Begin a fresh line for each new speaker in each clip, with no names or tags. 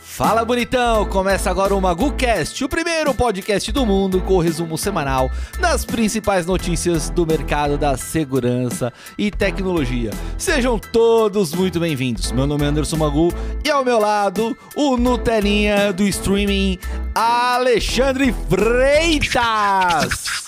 Fala bonitão! Começa agora o MaguCast, o primeiro podcast do mundo com o resumo semanal das principais notícias do mercado da segurança e tecnologia. Sejam todos muito bem-vindos. Meu nome é Anderson Magu e ao meu lado o Nutelinha do streaming Alexandre Freitas.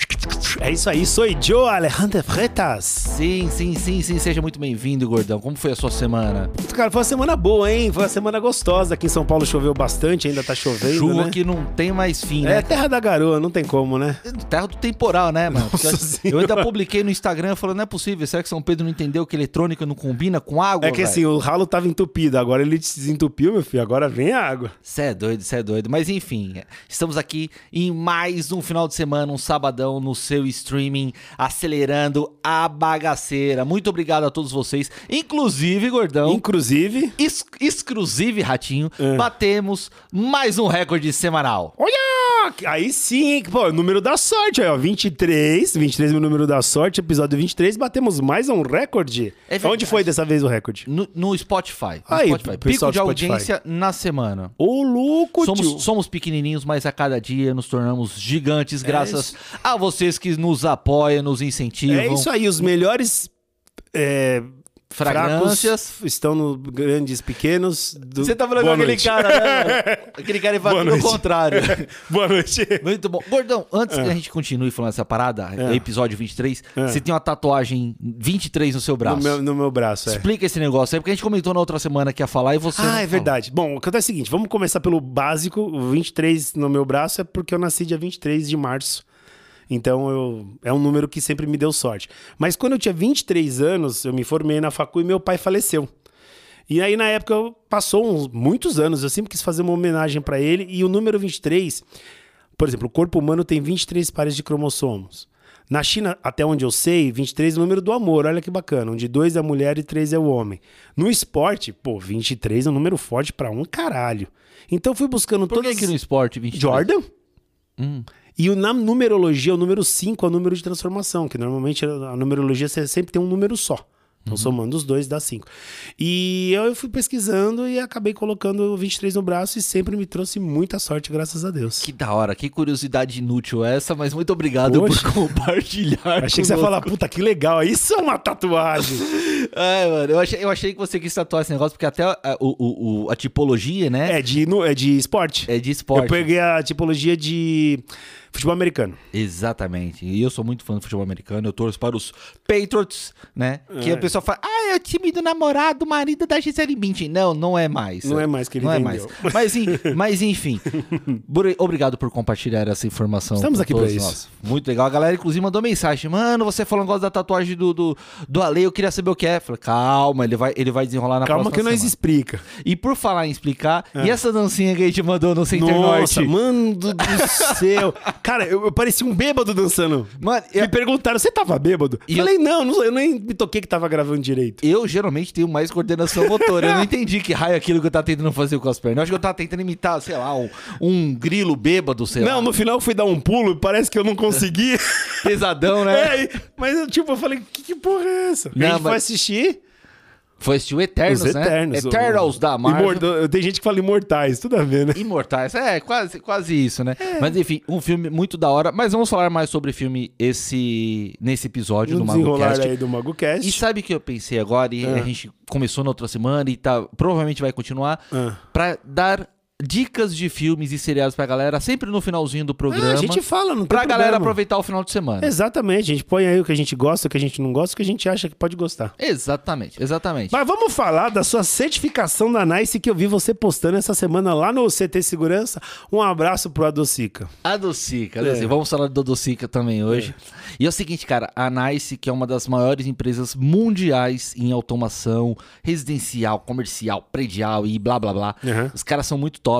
É isso aí, sou Joe Alejandro Freitas.
Sim, sim, sim, sim, seja muito bem-vindo, gordão. Como foi a sua semana?
Puta, Cara, foi uma semana boa, hein? Foi uma semana gostosa. Aqui em São Paulo choveu bastante, ainda tá chovendo,
Chuva
né?
que não tem mais fim, né?
É terra da garoa, não tem como, né?
Terra do temporal, né, mano? Porque
Nossa
eu, eu
Senhora.
ainda publiquei no Instagram falando, não é possível, será que São Pedro não entendeu que eletrônica não combina com água?
É que assim, o ralo tava entupido, agora ele se desentupiu, meu filho, agora vem a água.
Você é doido, você é doido. Mas enfim, estamos aqui em mais um final de semana, um sabadão no seu streaming, acelerando a bagaceira. Muito obrigado a todos vocês, inclusive, gordão.
Inclusive,
ex- Exclusive, Ratinho,
É.
batemos mais um recorde semanal.
olha! Aí sim, hein? pô, número da sorte, aí, ó, 23, 23 é o número da sorte, episódio 23, batemos mais um recorde.
É verdade.
Onde foi dessa vez o recorde?
No, no Spotify. No
Aí,
Spotify. Pico
pessoal
de
do Spotify.
audiência na semana.
Ô, louco, tio.
Somos, somos pequenininhos, mas a cada dia nos tornamos gigantes,
É
graças a vocês que nos apoiam, nos incentivam.
É isso aí, os melhores... É,
Fragrâncias.
fracos estão no grandes, pequenos. do-
Você tá falando com
Boa
aquele
noite.
cara, né? mano? Aquele cara que fala
Boa
tudo ao
noite.
contrário.
Boa noite.
Muito bom. Gordão, antes
É.
que a gente continue falando essa parada, episódio 23, você tem uma tatuagem 23 no seu
No
braço.
meu, no meu braço, é.
Explica esse negócio aí, porque a gente comentou na outra semana que ia falar e você. não
Ah, é
falou.
verdade. Bom, o que acontece é o seguinte, vamos começar pelo básico. O 23 no meu braço é porque eu nasci dia 23 de março. Então, eu, é um número que sempre me deu sorte. Mas quando eu tinha 23 anos, eu me formei na facu e meu pai faleceu. E aí, na época, eu- passou uns, muitos anos, eu sempre quis fazer uma homenagem pra ele. E o número 23, por exemplo, o corpo humano tem 23 pares de cromossomos. Na China, até onde eu sei, 23 é o número do amor, olha que bacana. Onde dois é a mulher e três é o homem. No esporte, pô, 23 é um número forte pra um caralho. Então, eu fui buscando
Por
todas...
que, que no esporte 23?
Jordan.
Hum.
E o- na numerologia, o número 5 é o número de transformação, que normalmente a numerologia você sempre tem um número só. Então,
Uhum.
somando os dois, dá 5. E eu fui pesquisando e acabei colocando o 23 no braço e sempre me trouxe muita sorte, graças a Deus.
Que da hora, que curiosidade inútil essa, mas muito obrigado
Poxa.
por compartilhar.
Achei que você ia
conosco.
falar, puta, que legal, isso é uma tatuagem.
Ai, mano, eu achei, eu achei que você quis tatuar esse negócio, porque até a, o- o- o- a tipologia, né?
é, de, nu- é de esporte.
É, de esporte.
Eu peguei a tipologia de futebol americano.
Exatamente. E eu sou muito fã do futebol americano, eu torço para os Patriots, né? Que a pessoa fala, ah, é o time do namorado, do marido da Gisele Bündchen. Não, não é mais.
Não é mais que ele
Não é mais.
entendeu.
Mas, en- mas enfim, Bur- obrigado por compartilhar essa informação.
Estamos
com
aqui pra
todos
isso.
nós. Muito legal. A galera, inclusive, mandou mensagem. Mano, você falou um negócio da tatuagem do, do, do Ale, eu queria saber o que é. Falei, calma, ele vai, ele vai desenrolar na
Calma
próxima
que nós
semana."
explica.
E por falar em explicar, e essa dancinha que a gente mandou no Center
É.
Norte?
Nossa, mano do, do céu. Cara, eu, eu parecia um bêbado dançando.
Mano, eu,
Me perguntaram, você tava bêbado?
E
Falei, não, não, eu nem me toquei que tava gravando direito.
eu geralmente tenho mais coordenação motora. Eu não entendi que raio é aquilo que eu tava tentando fazer com as pernas. Eu acho que eu tava tentando imitar, sei lá, um, um grilo bêbado, sei
Não,
lá.
no final eu fui dar um pulo e parece que eu não consegui.
Pesadão, né?
É, e- mas eu, tipo, eu falei, que, que porra é essa?
Não,
a gente foi
mas-
assistir
Foi assistir o Eternos,
os Eternos.
né? Eternals
o-
da Marvel.
Imordo- Tem gente que fala imortais, tudo a ver, né?
Imortais, é, quase, quase isso, né?
É.
Mas enfim, um filme muito da hora. Mas vamos falar mais sobre filme esse, nesse episódio
No
do é
desenrolar
MagoCast.
aí do MagoCast.
E sabe o que eu pensei agora?
Ah.
E a gente começou na outra semana e tá, provavelmente vai continuar.
Ah.
Pra dar dicas de filmes e seriados pra galera, sempre no finalzinho do
Ah,
programa.
a gente fala, não tem
pra galera
problema.
aproveitar o final de semana.
Exatamente, a gente põe aí o que a gente gosta, o que a gente não gosta, o que a gente acha que pode gostar.
exatamente, exatamente.
Mas vamos falar da sua certificação da NICE que eu vi você postando essa semana lá no CT Segurança. Um abraço pro Adocica.
A Docica, a
É.
Docica. assim, vamos falar do Docica também hoje. E é o seguinte, cara, a Nice, que é uma das maiores empresas mundiais em automação residencial, comercial, predial e blá blá blá.
Uhum.
Os caras são muito top.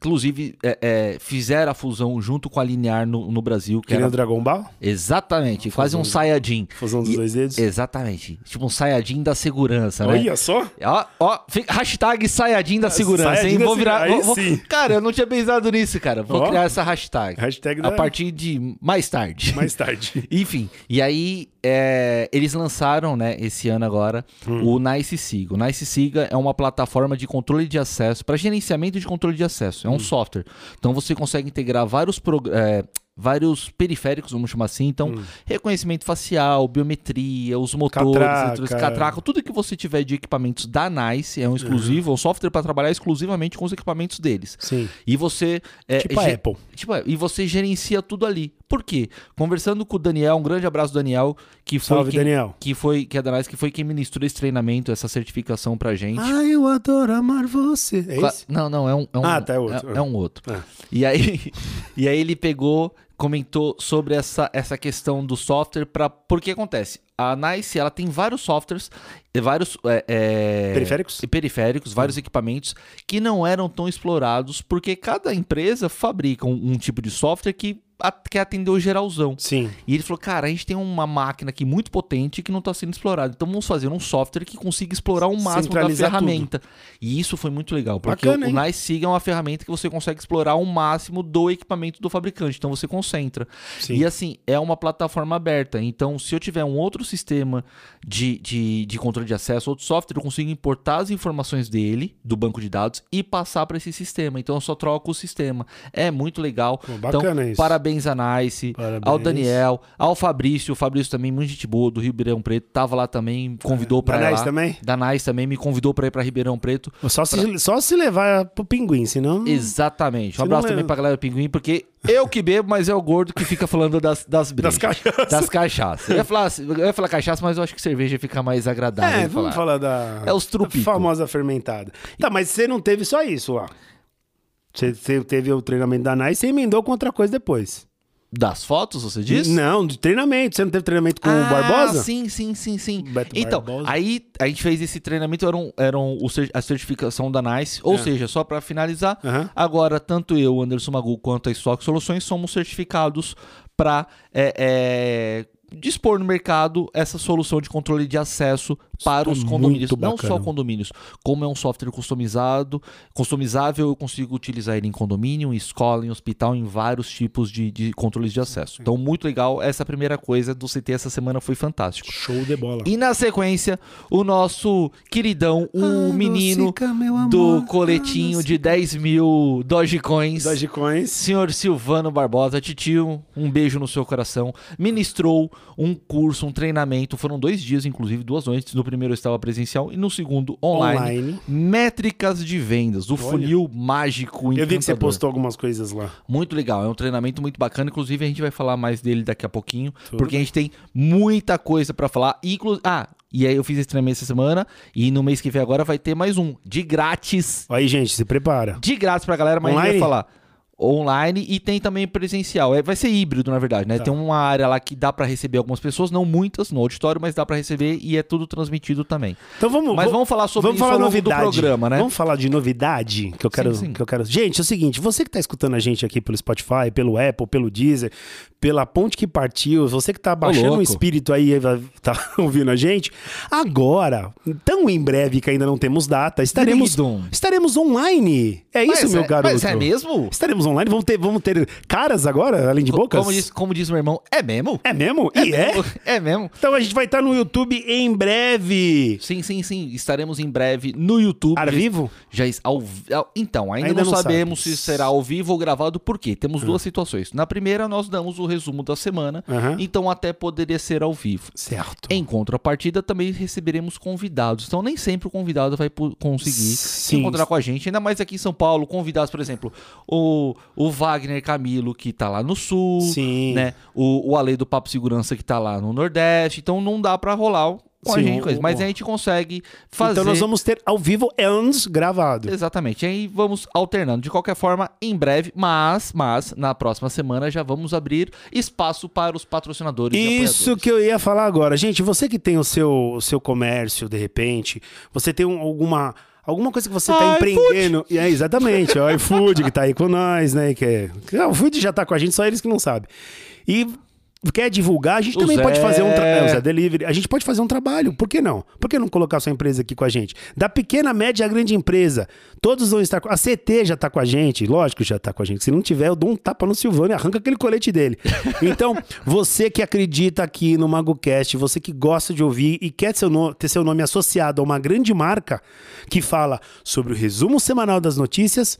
inclusive é, é, fizeram a fusão junto com a Linear no, no Brasil. Que
Que nem o
era...
Dragon Ball?
Exatamente, quase um Saiyajin.
Fusão dos
E-
dois dedos.
Exatamente, tipo um Saiyajin da segurança, né?
Olha só.
Ó, ó, fi- hashtag Sayajin da segurança,
Saiyajin
hein?
da
Vou
se-
virar.
aí
vou- vou-
sim.
Cara, eu não tinha pensado nisso, cara. Vou
Ó. É
criar essa hashtag.
Hashtag
A
da...
partir de mais tarde.
mais tarde.
Enfim, e aí é, eles lançaram, né, esse ano agora,
Hum.
o Nice Siga. O Nice Siga é uma plataforma de controle de acesso, para gerenciamento de controle de acesso.
Hum.
É um software. Então você consegue integrar vários prog- é, vários periféricos, vamos chamar assim. Então,
Hum.
reconhecimento facial, biometria, os motores,
Catraca. é. Uhum.
entre os catraca, tudo que você tiver de equipamentos da Nice é um exclusivo, é um software para trabalhar exclusivamente com os equipamentos deles.
Sim.
E você é,
Tipo a
ge-
Apple.
Tipo, é, e você gerencia tudo ali. Por quê? Conversando com o Daniel, um grande abraço, Daniel, que foi
Salve,
quem,
Daniel.
que foi que é da Nice, que foi quem ministrou esse treinamento, essa certificação pra gente.
Ah, eu adoro amar você. É
Cla-
isso?
Não, não, é um, é um-
Ah, tá, é outro.
É, é um outro.
Ah.
E, aí, e aí ele pegou, comentou sobre essa, essa questão do software para porque acontece. A Nice, ela tem vários softwares, e vários é, é,
Periféricos?
e periféricos, vários equipamentos que não eram tão explorados porque cada empresa fabrica um, um tipo de software que a- quer atender o geralzão.
Sim.
E ele falou, cara, a gente tem uma máquina aqui muito potente que não está sendo explorada. Então vamos fazer um software que consiga explorar o máximo da
Centralizar
ferramenta. E isso foi muito legal, porque
Bacana,
o, o NiceSig é uma ferramenta que você consegue explorar o máximo do equipamento do fabricante. Então você concentra.
Sim.
E assim, é uma plataforma aberta. Então, se eu tiver um outro sistema de, de, de controle de acesso, outro software, eu consigo importar as informações dele, do banco de dados, e passar para esse sistema. Então eu só troco o sistema. É muito legal.
Pô, bacana
então,
isso.
Parabéns a Nice,
Parabéns.
ao Daniel, ao Fabrício. O Fabrício também, muito gente boa, do Ribeirão Preto. Tava lá também, me convidou pra ir
Danais
lá.
também?
Da Nice também, me convidou pra ir pra Ribeirão Preto.
Só se, só se levar pro pinguim, senão.
Exatamente. Um
Hum. Você
abraço
não
também
é-
pra galera do Pinguim, porque eu que bebo, mas é o gordo que fica falando das, das brigas.
Das caixas.
Das cachaças. Eu ia, falar, assim- eu ia falar cachaça, mas eu acho que cerveja fica mais agradável.
É,
de
vamos
falar.
falar da.
É os
da
trupico.
famosa fermentada. Tá, mas você não teve só isso lá. Você, você teve o treinamento da NAI e você emendou com outra coisa depois.
Das fotos, você diz?
Não, de treinamento. Você não teve treinamento com o Barbosa?
Ah, Sim, sim, sim, sim.
Beto
então,
Barbosa.
aí a gente fez esse treinamento, eram, eram o cer- a certificação da NICE,
É.
ou seja, só pra finalizar,
Aham.
agora tanto eu, Anderson Magu, quanto a Stock Soluções somos certificados pra é, é, dispor no mercado essa solução de controle de acesso para os
tá muito
condomínios. Não
bacana.
só condomínios, como é um software customizado, customizável, eu consigo utilizar ele em condomínio, em escola, em hospital, em vários tipos de, de controles de acesso. Então, muito legal. Essa primeira coisa do CT essa semana foi fantástico.
Show de bola.
E na sequência, o nosso queridão,
Ah,
o menino do coletinho de 10 mil
Ah,
Dogecoins.
Dogecoins.
Senhor Silvano Barbosa, titio, um beijo no seu coração. Ministrou um curso, um treinamento. Foram dois dias, inclusive, duas noites. No primeiro eu estava presencial e no segundo online.
Online.
Métricas de vendas, o funil mágico.
Eu vi que você
Um encantador.
postou algumas coisas lá.
Muito legal, é um treinamento muito bacana. Inclusive, a gente vai falar mais dele daqui a pouquinho, porque a gente tem muita coisa pra falar. Inclu ah, e aí eu fiz esse treinamento essa semana e no mês que vem agora vai ter mais um, de grátis.
Aí, gente, se prepara.
De grátis pra galera, mas a gente
Online?
vai falar. Online e tem também presencial. É, vai ser híbrido, na verdade, né?
Tá.
Tem uma área lá que dá pra receber algumas pessoas, não muitas no auditório, mas dá pra receber e é tudo transmitido também.
Então vamos.
Mas
vamos-
vamos falar sobre
Vamos
isso
falar
ao longo do
novidade.
programa, né?
Vamos falar de novidade que eu quero,
sim.
que eu quero. Gente, é o seguinte, você que tá escutando a gente aqui pelo Spotify, pelo Apple, pelo Deezer, pela ponte que partiu, você que tá baixando
louco.
o espírito aí, e vai- tá ouvindo a gente, agora, tão em breve que ainda não temos data, estaremos
Querido.
estaremos online. É isso,
Mas
meu
é-
garoto.
Mas é mesmo?
Estaremos online, vamos ter, vamos ter caras agora, além de bocas?
Como diz, como diz meu irmão, é mesmo?
É mesmo? e é?
É mesmo?
Então a gente vai estar no YouTube em breve.
Sim, sim, sim. Estaremos em breve no YouTube.
Ar
Já-
vivo?
Já, is- ao, vi- ao- então, ainda,
Ainda
não,
não
sabemos
sabe. Hum.
se será ao vivo ou gravado, por quê? Temos duas situações. Na primeira, nós damos o resumo da semana,
Aham.
então até poderia ser ao vivo.
Certo.
Em contrapartida, também receberemos convidados. Então, nem sempre o convidado vai po- conseguir se
Sim.
encontrar com a gente. Ainda mais aqui em São Paulo, convidados, por exemplo, o, o Wagner Camilo, que tá lá no Sul,
Sim.
né? O, o Ale do Papo Segurança, que tá lá no Nordeste. Então, não dá pra rolar com
Sim,
a gente,
o-
coisa, mas
o-
a gente consegue fazer.
Então nós vamos ter ao vivo ands gravado.
Exatamente. Aí vamos alternando. De qualquer forma, em breve, mas, mas na próxima semana já vamos abrir espaço para os patrocinadores. e
Isso que eu ia falar agora. Gente, você que tem o seu, o seu comércio, de repente, você tem um- alguma, alguma coisa que você está
Ah,
empreendendo. E é, exatamente, o iFood que tá aí com nós, né? Que é, que o iFood já tá com a gente, só eles que não sabem. E quer divulgar, a gente
O
também
Zé. É.
pode fazer um trabalho. Zé Delivery, a gente pode fazer um trabalho. Por que não? Por que não colocar sua empresa aqui com a gente? Da pequena, média à grande empresa. Todos vão estar com. A CT já tá com a gente, lógico, já tá com a gente. Se não tiver, eu dou um tapa no Silvano e arranca aquele colete dele. Então, você que acredita aqui no MagoCast, você que gosta de ouvir e quer seu no- ter seu nome associado a uma grande marca que fala sobre o resumo semanal das notícias.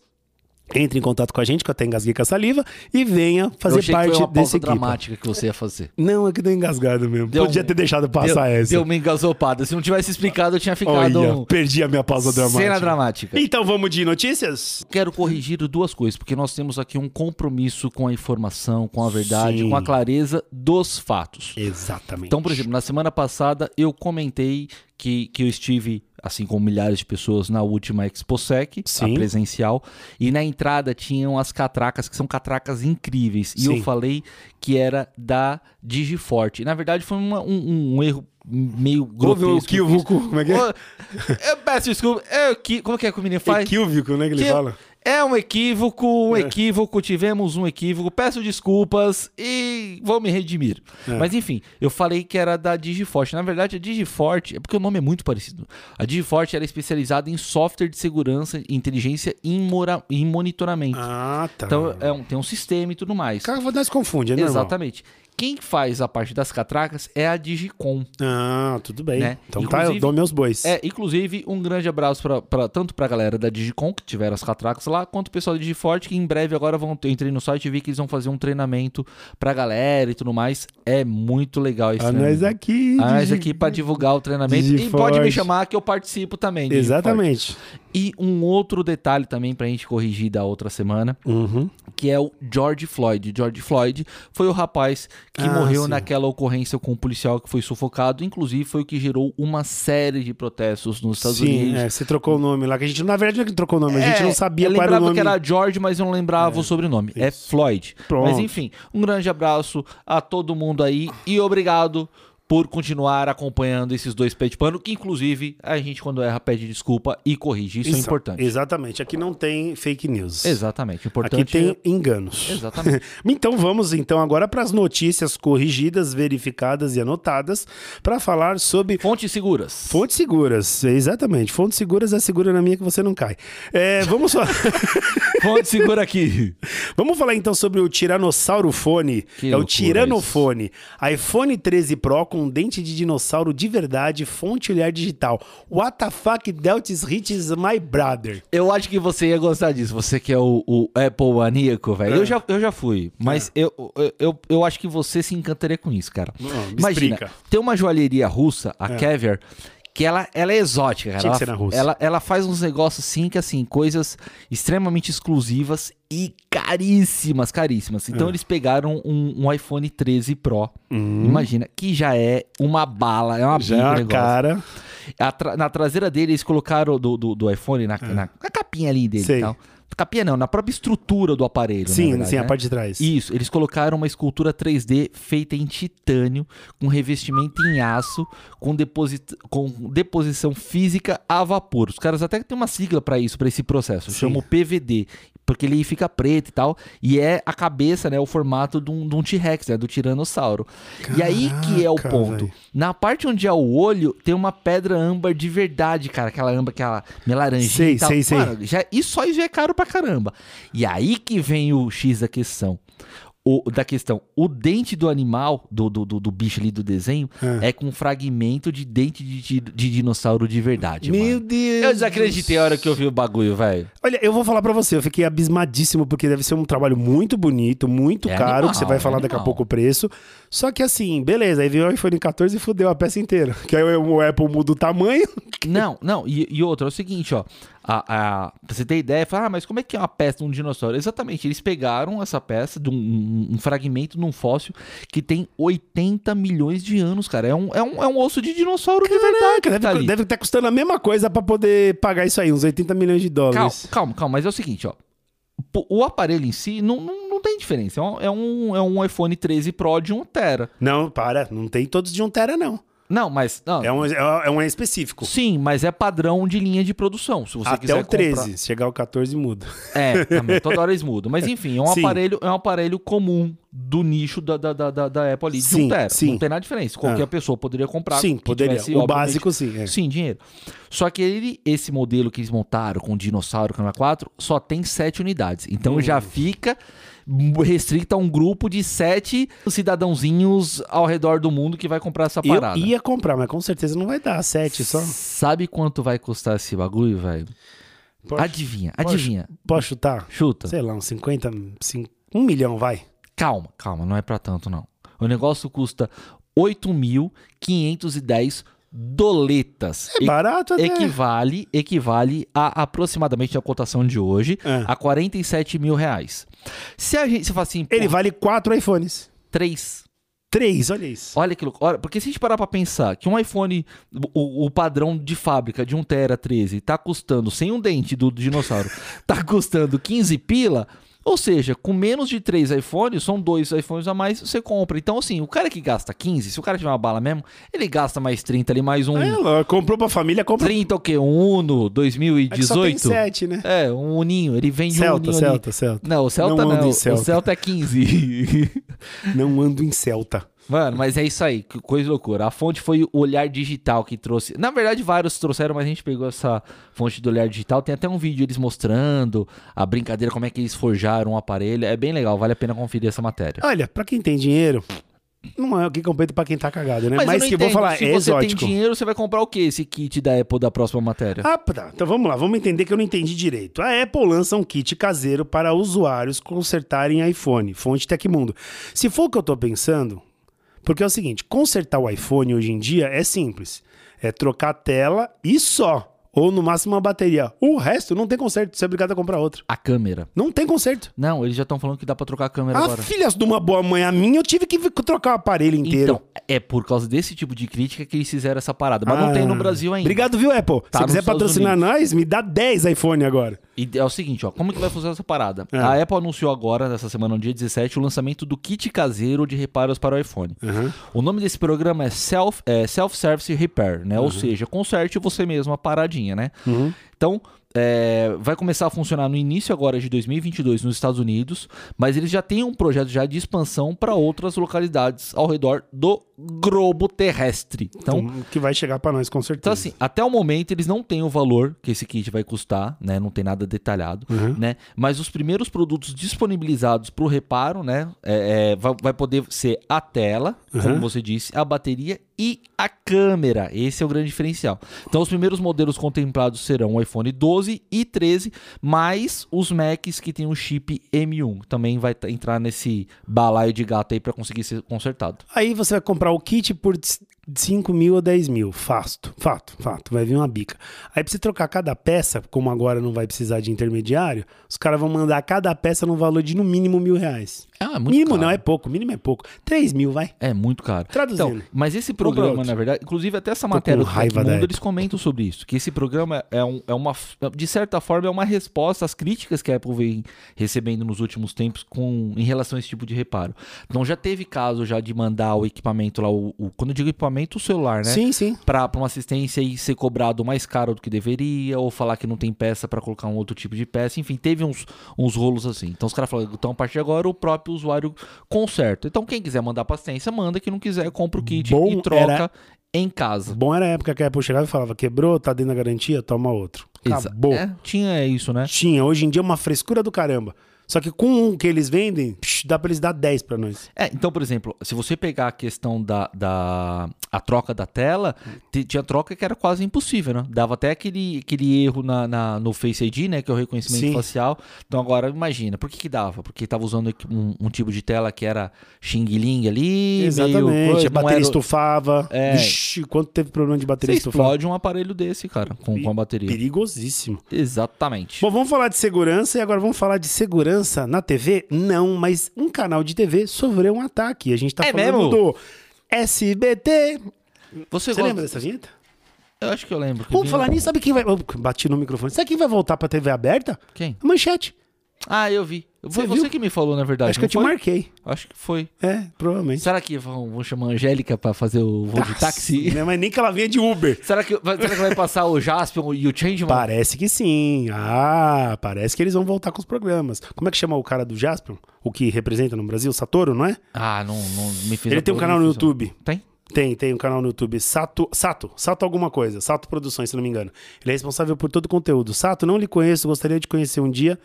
Entre em contato com a gente, que eu até engasguei com a saliva, e venha
eu
fazer
achei que
parte
foi uma pausa
desse equipe.
dramática que você ia fazer.
Não, é que deu engasgado mesmo.
Deu
Podia
um-
ter deixado passar
deu,
essa.
deu um uma engasopada. Se não tivesse explicado, eu tinha ficado
Olha,
um-
perdi a minha pausa dramática.
cena dramática.
Então vamos de notícias?
Quero corrigir duas coisas, porque nós temos aqui um compromisso com a informação, com a verdade,
Sim.
com a clareza dos fatos.
Exatamente.
Então, por exemplo, na semana passada eu comentei que, que eu estive, assim como milhares de pessoas, na última ExpoSec, a
Sim.
presencial, e na entrada tinham as catracas, que são catracas incríveis. E eu
Sim.
falei que era da Digiforte. Na verdade, foi uma- um, um erro meio
Houve
grotesco.
o equívoco. Como é que é?
Ô, Eu peço desculpa. É o que, como que é que o menino faz?
Equívoco, né? Que ele
Que-
fala.
É um equívoco, um equívoco, tivemos um equívoco, peço desculpas e vou me redimir. Mas enfim, eu falei que era da Digiforte. Na verdade, a Digiforte, é porque o nome é muito parecido. A Digiforte era especializada em software de segurança, inteligência e em, mora- em monitoramento.
Ah, tá.
Então é um- tem um sistema e tudo mais.
Cara, nós confunde, né?
Exatamente. Quem faz a parte das catracas é a Digicom.
Ah, tudo bem.
Né?
Então tá,
Inclusive-
eu dou meus bois.
É, inclusive, um grande abraço pra, pra, tanto pra galera da Digicom, que tiveram as catracas lá, quanto o pessoal da Digiforte, que em breve agora vão. Eu entrei no site e vi que eles vão fazer um treinamento pra galera e tudo mais. É muito legal esse
a nós
treinamento.
aqui.
Ah, nós
Digi-
aqui pra divulgar o treinamento. E pode
Digiforte.
me chamar que eu participo também. Digiforte.
Exatamente.
E um outro detalhe também pra gente corrigir da outra semana
Uhum.
que é o George Floyd. George Floyd foi o rapaz que
Ah,
morreu
sim.
naquela ocorrência com um policial que foi sufocado, inclusive foi o que gerou uma série de protestos nos Estados
Sim,
Unidos.
é, você trocou o nome lá. Que a gente, na verdade, não é que trocou o nome. a gente não sabia
eu
qual era o
lembrava
nome.
que era George, mas eu não lembrava o sobrenome. É Floyd.
Pronto.
Mas enfim, um grande abraço a todo mundo aí e obrigado por continuar acompanhando esses dois pés de pano, que inclusive a gente quando erra pede desculpa e corrige. Isso, é importante.
Exatamente. Aqui não tem fake news.
Exatamente. O Importante
Aqui tem enganos.
é- Exatamente.
Então vamos então agora para as notícias corrigidas, verificadas e anotadas para falar sobre
Fontes seguras.
fontes seguras. Exatamente, fontes seguras é segura na minha que você não cai. É, vamos, falar,
Fonte segura aqui.
vamos falar então sobre o Tiranossauro Fone.
Que
é o
loucura
Tiranofone. iPhone 13 Pro com dente de dinossauro de verdade, fonte olhar digital. What the fuck dealt is hits my brother.
Eu acho que você ia gostar disso. Você que é o, o Apple maníaco, velho.
É.
Eu, já, eu já fui. Mas eu, eu, eu, eu acho que você se encantaria com isso, cara.
Não, me
Imagina,
explica. É.
tem uma joalheria russa, a Caviar, que ela, ela é exótica, cara.
Tinha que
ela,
ser na Rússia.
Ela, ela faz uns negócios assim, que assim, coisas extremamente exclusivas e caríssimas, caríssimas.
É.
Então eles pegaram um, um iPhone 13 Pro. Imagina, que já é uma bala, é uma
Hum. Já é
bica o
uma
Hum, negócio.
cara.
A tra- na traseira dele, eles colocaram do, do, do iPhone, na, na, na capinha ali dele
É. Sei.
e tal. Capinha não, na própria estrutura do aparelho.
Sim,
na verdade,
sim, a
né?
parte de trás.
Isso, eles colocaram uma escultura 3D feita em titânio, com revestimento em aço, com, deposit- com deposição física a vapor. Os caras até têm uma sigla pra isso, pra esse processo.
Sim.
Chama o PVD, porque ele fica preto e tal. E é a cabeça, né? O formato de um, de um T-Rex, né? Do Tiranossauro. e aí que é o
Caraca,
ponto.
velho.
Na parte onde é o olho, tem uma pedra âmbar de verdade, cara. Aquela âmbar, aquela meio laranjinha
Sei,
e tal.
sei, sei.
Mano, já, isso só isso já é caro pra caramba. E aí que vem o X da questão. O, da questão, o dente do animal, do, do, do, do bicho ali do desenho,
Ah.
é com fragmento de dente de, di- de dinossauro de verdade,
Meu
mano.
Deus.
Eu desacreditei a hora que eu vi o bagulho, velho.
Olha, eu vou falar pra você, eu fiquei abismadíssimo, porque deve ser um trabalho muito bonito, muito
É
caro,
animal,
que você vai
é
falar daqui a
animal.
pouco o preço. Só que assim, beleza, aí veio o iPhone 14 e fudeu a peça inteira. Que aí o Apple muda o tamanho,
Não, não, e, e outra, é o seguinte, ó. A, a- pra você ter ideia, fala, ah, mas como é que é uma peça de um dinossauro? Exatamente, eles pegaram essa peça de um, um- um fragmento de um fóssil que tem 80 milhões de anos, cara. É um, é um, é um osso de dinossauro de verdade. que
Caraca,
tá
deve,
ali.
deve estar custando a mesma coisa pra poder pagar isso aí, uns 80 milhões de
Calma,
dólares.
calma, calma, mas é o seguinte, ó. Pô, O aparelho em si não, não, não tem diferença. É um, é, um, é um iPhone 13 Pro de 1 Tera.
Não, para, não tem todos de um tera, não.
Não, mas. Não,
É um, é um específico.
Sim, mas é padrão de linha de produção. Se você
Até
quiser
o 13.
comprar-
Se chegar ao 14, muda.
É, também, toda hora eles mudam. Mas enfim, é um,
Sim.
aparelho, é um aparelho comum do nicho da, da, da, da- da Apple ali. de
Sim,
um tera.
sim.
Não tem nada de diferença. Qualquer
Ah.
pessoa poderia comprar.
Sim,
que
poderia.
tivesse,
o
obviamente,
básico, sim. é.
Sim, dinheiro. Só que ele, esse modelo que eles montaram com o dinossauro Câmera 4 só tem sete unidades. Então
Hum.
já fica restrito a um grupo de sete cidadãozinhos ao redor do mundo que vai comprar essa
Eu
parada.
ia comprar, mas com certeza não vai dar. 7 só.
Sabe quanto vai custar esse bagulho, velho?
Posso,
Adivinha,
posso-
adivinha.
posso chutar?
Chuta.
Sei lá, uns 50. 5, 1 milhão, vai.
Calma, calma, não é pra tanto não. O negócio custa 8.510 doletas.
É barato até.
equivale, equivale a aproximadamente a cotação de hoje
Ah.
a 47 mil reais. Se a gente se fala assim,
Ele
pô,
vale 4 iPhones.
três.
3, olha isso.
Olha que louco. Olha, porque se a gente parar pra pensar que um iPhone, o, o padrão de fábrica de 1 Tera 13, tá custando, sem um dente do dinossauro, tá custando 15 pila. Ou seja, com menos de três iPhones, são dois iPhones a mais, você compra. Então, assim, o cara que gasta 15, se o cara tiver uma bala mesmo, ele gasta mais 30 ali, mais um.
É, ela comprou pra família, compra.
30 o quê? Um Uno
É que só tem
2018?
7, né?
É, um uninho. Ele vende um
Celta,
uninho ali.
Celta, Celta.
Não, o Celta
Não
não.
anda em
O
Celta.
Celta é 15.
Não ando em Celta.
Mano, mas é isso aí, que coisa loucura. A fonte foi o Olhar Digital que trouxe. Na verdade, vários trouxeram, mas a gente pegou essa fonte do Olhar Digital. Tem até um vídeo eles mostrando a brincadeira, como é que eles forjaram o aparelho. É bem legal, vale a pena conferir essa matéria.
Olha, pra quem tem dinheiro, não é o que compete pra quem tá cagado, né?
Ah, Mas, eu não
que eu vou
entendo,
falar,
se
é
você
exótico.
tem dinheiro, você vai comprar o quê? Esse kit da Apple da próxima matéria?
Ah, tá. Então vamos lá, vamos entender que eu não entendi direito. A Apple lança um kit caseiro para usuários consertarem iPhone, fonte Tecmundo. Se for o que eu tô pensando, porque é o seguinte, consertar o iPhone hoje em dia é simples. É trocar a tela e só. Ou no máximo uma bateria. O resto não tem conserto, você é obrigado a comprar outra.
A câmera.
Não tem conserto.
Não, eles já estão falando que dá pra trocar a câmera
Ah,
agora.
filhas de uma boa mãe a minha, eu tive que trocar o aparelho inteiro.
Então, é por causa desse tipo de crítica que eles fizeram essa parada. Mas não tem no
Ah.
Brasil ainda.
Obrigado, viu, Apple?
Tá
Se
nos
quiser
Estados
patrocinar nós, me dá 10 iPhone agora.
E é o seguinte, ó, como que vai funcionar essa parada?
É.
A Apple anunciou agora, nessa semana, no dia 17, o lançamento do kit caseiro de reparos para o iPhone. O nome desse programa é Self, é, Self Service Repair, né? Ou seja, conserte você mesmo a paradinha, né?
Uhum.
Então, é, vai começar a funcionar no início agora de 2022 nos Estados Unidos, mas eles já têm um projeto já de expansão para outras localidades ao redor do globo terrestre. Então,
Então, que vai chegar pra nós, com
então,
certeza.
assim, até o momento eles não têm o valor que esse kit vai custar, né? Não tem nada detalhado,
Uhum.
né? Mas os primeiros produtos disponibilizados para o reparo, né? é, é, vai, vai poder ser a tela, como você disse, a bateria e a câmera. Esse é o grande diferencial. Então, os primeiros modelos contemplados serão o iPhone 12 e 13, mais os Macs que tem o chip M1. Também vai t- entrar nesse balaio de gato aí para conseguir ser consertado.
Aí você vai comprar o kit por 5 mil ou 10 mil. Fato, fato, fato. Vai vir uma bica. Aí pra você trocar cada peça, como agora não vai precisar de intermediário, os caras vão mandar cada peça num valor de no mínimo mil reais.
Ah, é
mínimo não, é pouco. Mínimo é pouco. 3 mil, vai.
É muito caro.
Traduzindo.
Então, mas esse programa,
Compra outro.
na verdade, inclusive até essa matéria do
raiva da
Mundo,
Apple.
eles comentam sobre isso, que esse programa é, um- é uma, f- de certa forma, é uma resposta às críticas que a Apple vem recebendo nos últimos tempos com, em relação a esse tipo de reparo. Então já teve caso já de mandar o equipamento lá, o, o- quando eu digo equipamento, o celular, né?
Sim, sim.
Pra, pra uma assistência e ser cobrado mais caro do que deveria, ou falar que não tem peça pra colocar um outro tipo de peça, enfim, teve uns, uns rolos assim. Então os caras falaram, então a partir de agora o próprio usuário conserta. Então quem quiser mandar pra assistência, manda, quem não quiser, compra o kit
Bom
e troca
era-
em casa.
Bom era a época que a Apple chegava e falava, quebrou, tá dentro da garantia, toma outro.
Exa-
Acabou.
É, tinha isso, né?
Tinha. Hoje em dia é uma frescura do caramba. Só que com um que eles vendem, psh, dá pra eles dar 10 pra nós.
É, então, por exemplo, se você pegar a questão da, da a troca da tela, ti- tinha troca que era quase impossível, né? Dava até aquele, aquele erro na, na- no Face ID, né? Que é o reconhecimento
Sim.
facial. Então agora imagina, por que, que dava? Porque tava usando aqui um, um tipo de tela que era Xing Ling ali, meio
Exatamente.
coisa,
A bateria
não era-
estufava.
É.
Vixe, quanto teve problema de
Você
bateria estufar?
explode um aparelho desse, cara, com, com a bateria.
Perigosíssimo.
Exatamente.
Bom, vamos falar de segurança e agora vamos falar de segurança na TV? Não, mas um canal de TV sofreu um ataque. A gente tá
É
falando
mesmo?
do SBT.
Você,
Você
gosta-
lembra dessa vinheta?
Eu acho que eu lembro. que
Vamos
vi-
falar nisso, sabe quem vai. Oh, Bati no microfone. Sabe quem vai voltar pra TV aberta?
Quem?
A manchete.
Ah, eu vi. Foi
Você
você
viu?
que me falou, na verdade.
Acho que eu
Tá, não
te
foi?
marquei.
Acho que foi.
É, provavelmente.
Será que vão, vão chamar a Angélica pra fazer o voo de táxi?
Né, Mas nem que ela vinha de Uber.
Será que, vai- será que vai passar o Jasper e o Changeman?
Parece que sim. Ah, parece que eles vão voltar com os programas. Como é que chama o cara do Jasper? O que representa no Brasil? Satoru, não é?
Ah, não, não me fez
Ele
a
tem um
pergunta,
canal no
me fez a-
YouTube.
Tem?
Tem, tem um canal no YouTube, Sato, Sato, Sato alguma coisa, Sato Produções, se não me engano. Ele é responsável por todo o conteúdo. Sato, não lhe conheço, gostaria de conhecer um dia.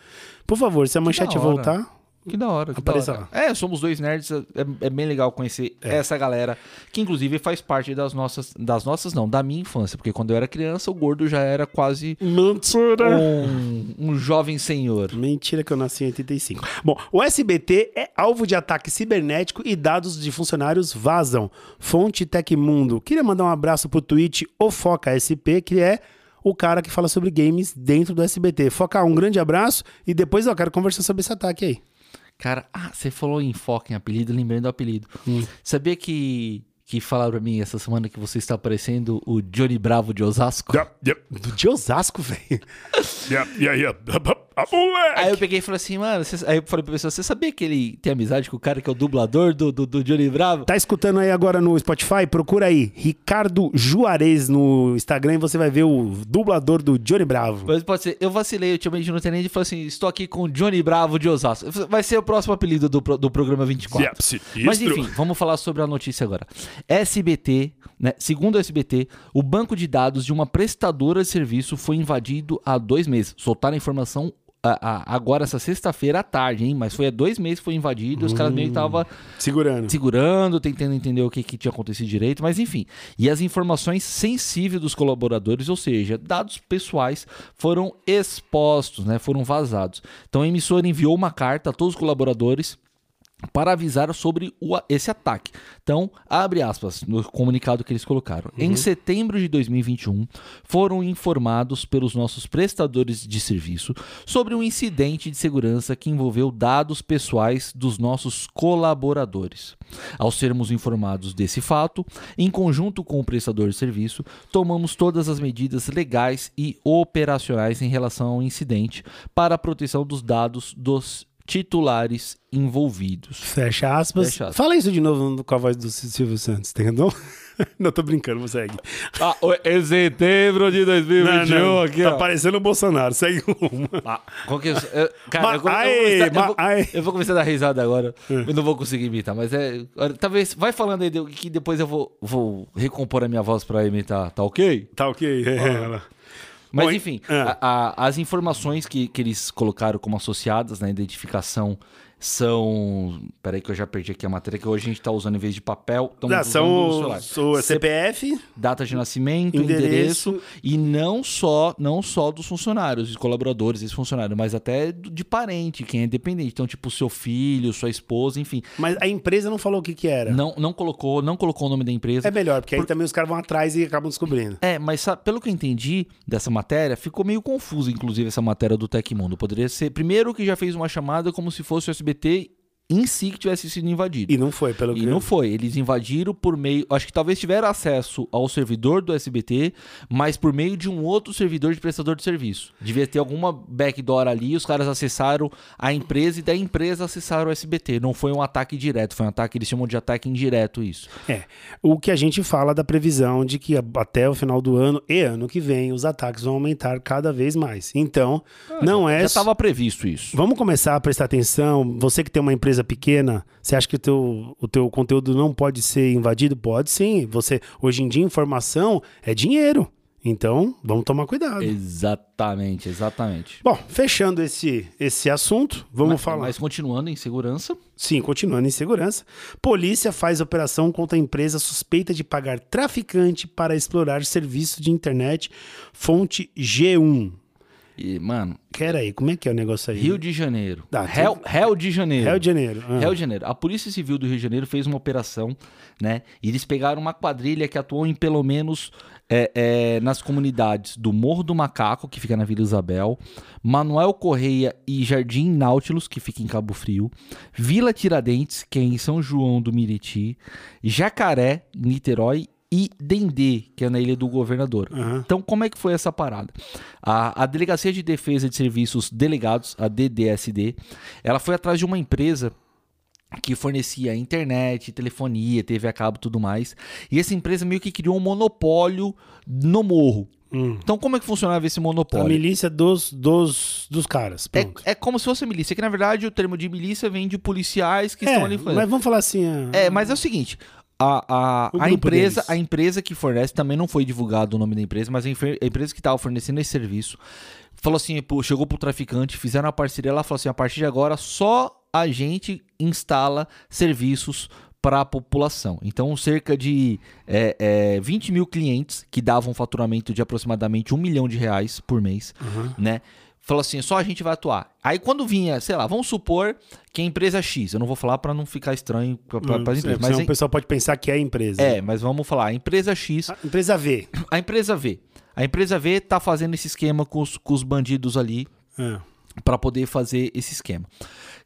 Por favor, se a manchete
da hora.
voltar,
Que da hora. Que
Apareça
da hora. É, somos dois nerds. É, é bem legal conhecer
É.
essa galera, que inclusive faz parte das nossas. Das nossas, não, da minha infância. Porque quando eu era criança, o gordo já era quase
Mansura.
um, um jovem senhor.
Mentira que eu nasci em 85. Bom, o SBT é alvo de ataque cibernético e dados de funcionários vazam. Fonte Tecmundo. Queria mandar um abraço pro tweet O Foca SP, que é o cara que fala sobre games dentro do SBT. Foca, um grande abraço e depois eu quero conversar sobre esse ataque aí.
Cara, ah, você falou em foco em apelido, lembrei do apelido. Sabia que, que falaram pra mim essa semana que você está parecendo o Johnny Bravo de Osasco?
De Osasco, velho.
Aí eu peguei e falei assim, mano, você- aí eu falei pra pessoa, você sabia que ele tem amizade com o cara que é o dublador do, do, do Johnny Bravo?
Tá escutando aí agora no Spotify? Procura aí Ricardo Juarez no Instagram e você vai ver o dublador do Johnny Bravo.
Mas pode ser, eu vacilei, eu chamei de não tenente e falei assim, estou aqui com o Johnny Bravo de Osasco. Eu falei, Vai ser o próximo apelido do, pro- do programa 24. Mas enfim, vamos falar sobre a notícia agora. SBT, né? Segundo o SBT, o banco de dados de uma prestadora de serviço foi invadido há dois meses. Soltaram a informação a- a- agora essa sexta-feira à tarde, hein? Mas foi há dois meses que foi invadido. Os caras meio que estavam
Hum. Segurando.
segurando, tentando entender o que, que tinha acontecido direito, mas enfim. E as informações sensíveis dos colaboradores, ou seja, dados pessoais, foram expostos, né? Foram vazados. Então a emissora enviou uma carta a todos os colaboradores para avisar sobre o a- esse ataque. Então, abre aspas no comunicado que eles colocaram. Em setembro de 2021, foram informados pelos nossos prestadores de serviço sobre um incidente de segurança que envolveu dados pessoais dos nossos colaboradores. Ao sermos informados desse fato, em conjunto com o prestador de serviço, tomamos todas as medidas legais e operacionais em relação ao incidente para a proteção dos dados dos titulares envolvidos.
Fecha aspas.
Fecha aspas.
Fala isso de novo com a voz do Silvio Santos, entendeu? Não, tô brincando, vou segue.
Ah, em setembro de 2021 aqui,
tá
ó.
parecendo o Bolsonaro, segue uma.
Ah, qual que é o- eu- cara,
Ma-
eu, vou- eu
aê,
vou começar- eu
ma-
vou-
aê. Hum.
eu vou começar a dar risada agora. Eu não vou conseguir imitar, mas é. olha, Talvez. Vai falando aí de- que depois eu vou, vou recompor a minha voz pra imitar, tá ok?
Tá ok. é, ela.
Mas
Bom,
enfim,
é.
a- a- as informações que, que eles colocaram como associadas na identificação são. Peraí, que eu já perdi aqui a matéria, que hoje a gente tá usando em vez de papel. estamos
Ah,
usando
são
um celular.
os, o CPF,
data de nascimento,
Endereço.
endereço, e não só não só dos funcionários, dos colaboradores, esse funcionário, mas até do- de parente, quem é dependente, então tipo seu filho, sua esposa, enfim,
mas a empresa não falou o que que era.
não não colocou, não colocou o nome da empresa.
É melhor, porque aí também os caras vão atrás e acabam descobrindo.
É, mas sa- pelo que eu entendi dessa matéria, ficou meio confuso, inclusive, essa matéria do Tecmundo. Poderia ser, primeiro, que já fez uma chamada como se fosse o SBT em si que tivesse sido invadido.
E não foi, pelo
E
que
não foi. Eles invadiram por meio. Acho que talvez tiveram acesso ao servidor do SBT, mas por meio de um outro servidor de prestador de serviço. Devia ter alguma backdoor ali, os caras acessaram a empresa e da empresa acessaram o SBT. Não foi um ataque direto, foi um ataque, eles chamam de ataque indireto isso.
É. O que a gente fala da previsão de que a- até o final do ano e ano que vem os ataques vão aumentar cada vez mais. Então, não é
Ah, Já
só-
estava previsto isso.
Vamos começar a prestar atenção. Você que tem uma empresa pequena, você acha que o teu, o teu conteúdo não pode ser invadido? Pode sim. Você hoje em dia informação é dinheiro. Então, vamos tomar cuidado.
Exatamente, exatamente.
Bom, fechando esse, esse assunto, vamos
Mas-
falar.
Mas continuando em segurança,
Sim, continuando em segurança. Polícia faz operação contra a empresa suspeita de pagar traficante para explorar serviço de internet. Fonte G1.
e, mano,
Pera aí, como é que é o negócio aí?
Rio de Janeiro.
Tá,
Réu, Réu de Janeiro.
Rio de Janeiro. Ah.
Rio de Janeiro. A Polícia Civil do Rio de Janeiro fez uma operação, né? E eles pegaram uma quadrilha que atuou em pelo menos é, é, nas comunidades do Morro do Macaco, que fica na Vila Isabel, Manuel Correia e Jardim Náutilos, que fica em Cabo Frio, Vila Tiradentes, que é em São João do Miriti, Jacaré, Niterói e Dendê, que é na Ilha do Governador.
Aham.
Então, como é que foi essa parada? A, a Delegacia de Defesa de Serviços Delegados, a DDSD, ela foi atrás de uma empresa que fornecia internet, telefonia, TV a cabo e tudo mais. E essa empresa meio que criou um monopólio no morro.
Hum.
Então, como é que funcionava esse
A
monopólio?
milícia dos, dos, dos caras. Pronto.
É, é como se fosse milícia, que na verdade o termo de milícia vem de policiais que
É,
estão ali fazendo.
mas vamos falar assim. ah,
É, mas é o seguinte. A, a-
O
a
grupo
empresa,
deles.
a empresa que fornece, também não foi divulgado o nome da empresa, mas a, infer- a empresa que estava fornecendo esse serviço falou assim: pô, chegou pro traficante, fizeram a parceria lá, falou assim: a partir de agora só a gente instala serviços para a população. Então, cerca de é, é, 20 mil clientes que davam um faturamento de aproximadamente um milhão de reais por mês,
aham.
né? Falou assim, só a gente vai atuar. Aí quando vinha, sei lá, vamos supor que a empresa X, eu não vou falar pra não ficar estranho para
Hum,
as
é,
empresas,
senão
mas
o pessoal pode pensar que é empresa.
é, mas vamos falar, a empresa X,
A empresa V.
a empresa V. A empresa V tá fazendo esse esquema com os, com os bandidos ali
É.
pra poder fazer esse esquema.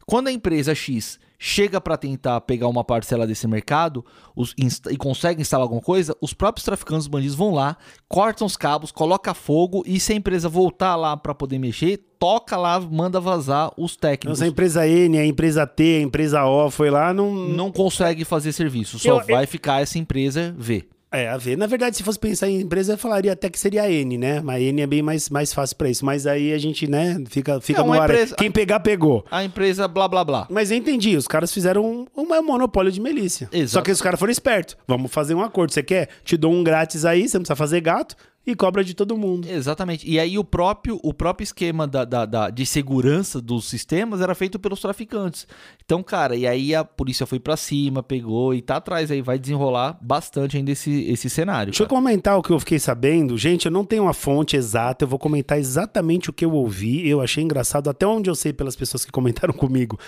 Quando a empresa X chega pra tentar pegar uma parcela desse mercado os insta- e consegue instalar alguma coisa, os próprios traficantes os bandidos vão lá, cortam os cabos, coloca fogo e se a empresa voltar lá pra poder mexer, toca lá, manda vazar os
Então,
técnicos.
se a empresa N, a empresa T, a empresa O foi lá, não.
Não consegue fazer serviço, só
Eu-
vai ficar essa empresa V.
É, a V. Na verdade, se fosse pensar em empresa, eu falaria até que seria a N, né? Mas a N é bem mais, mais fácil pra isso. Mas aí a gente, né, fica, fica
É
no
uma
ar. aí.
empresa-
Quem pegar, pegou.
A empresa blá blá blá.
Mas eu entendi, os caras fizeram um, um monopólio de milícia.
Exato.
Só que os caras foram espertos. Vamos fazer um acordo. Você quer? Te dou um grátis aí, você não precisa fazer gato e cobra de todo mundo.
Exatamente. E aí o próprio, o próprio esquema da, da- da- de segurança dos sistemas era feito pelos traficantes. Então, cara, e aí a polícia foi pra cima, pegou e tá atrás aí, vai desenrolar bastante ainda esse, esse cenário.
Deixa eu
cara.
comentar o que eu fiquei sabendo. Gente, eu não tenho a fonte exata, eu vou comentar exatamente o que eu ouvi. Eu achei engraçado, até onde eu sei pelas pessoas que comentaram comigo.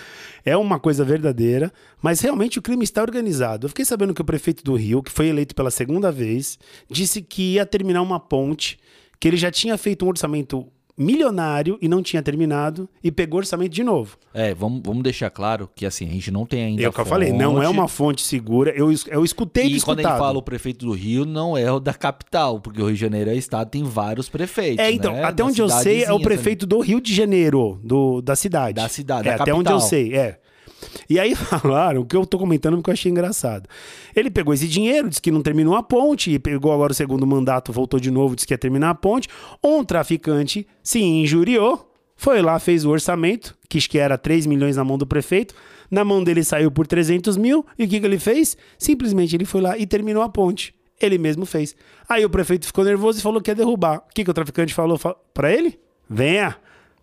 É uma coisa verdadeira, mas realmente o crime está organizado. Eu fiquei sabendo que o prefeito do Rio, que foi eleito pela segunda vez, disse que ia terminar uma ponte, que ele já tinha feito um orçamento milionário e não tinha terminado, e pegou o orçamento de novo.
É, vamos, vamos deixar claro que assim, a gente não tem ainda.
É o que eu falei, não é
fonte.
uma fonte segura. Eu, es- eu escutei do
E quando
escutado.
ele fala o prefeito do Rio, não é o da capital, porque o Rio de Janeiro é estado, tem vários prefeitos.
É, então,
né?
até
Da
onde eu sei, é o
cidadezinha
prefeito do Rio de Janeiro, do, da cidade.
Da cidade,
é,
da
até onde
capital.
eu sei, é. E aí falaram, o que eu tô comentando porque eu achei engraçado. Ele pegou esse dinheiro, disse que não terminou a ponte, e pegou agora o segundo mandato, voltou de novo, disse que ia terminar a ponte. Um traficante se injuriou, foi lá, fez o orçamento, quis que era 3 milhões na mão do prefeito, na mão dele saiu por 300 mil, e o que, que ele fez? Simplesmente ele foi lá e terminou a ponte. Ele mesmo fez. Aí o prefeito ficou nervoso e falou que ia derrubar. O que, que o traficante falou Fa- pra ele? Venha,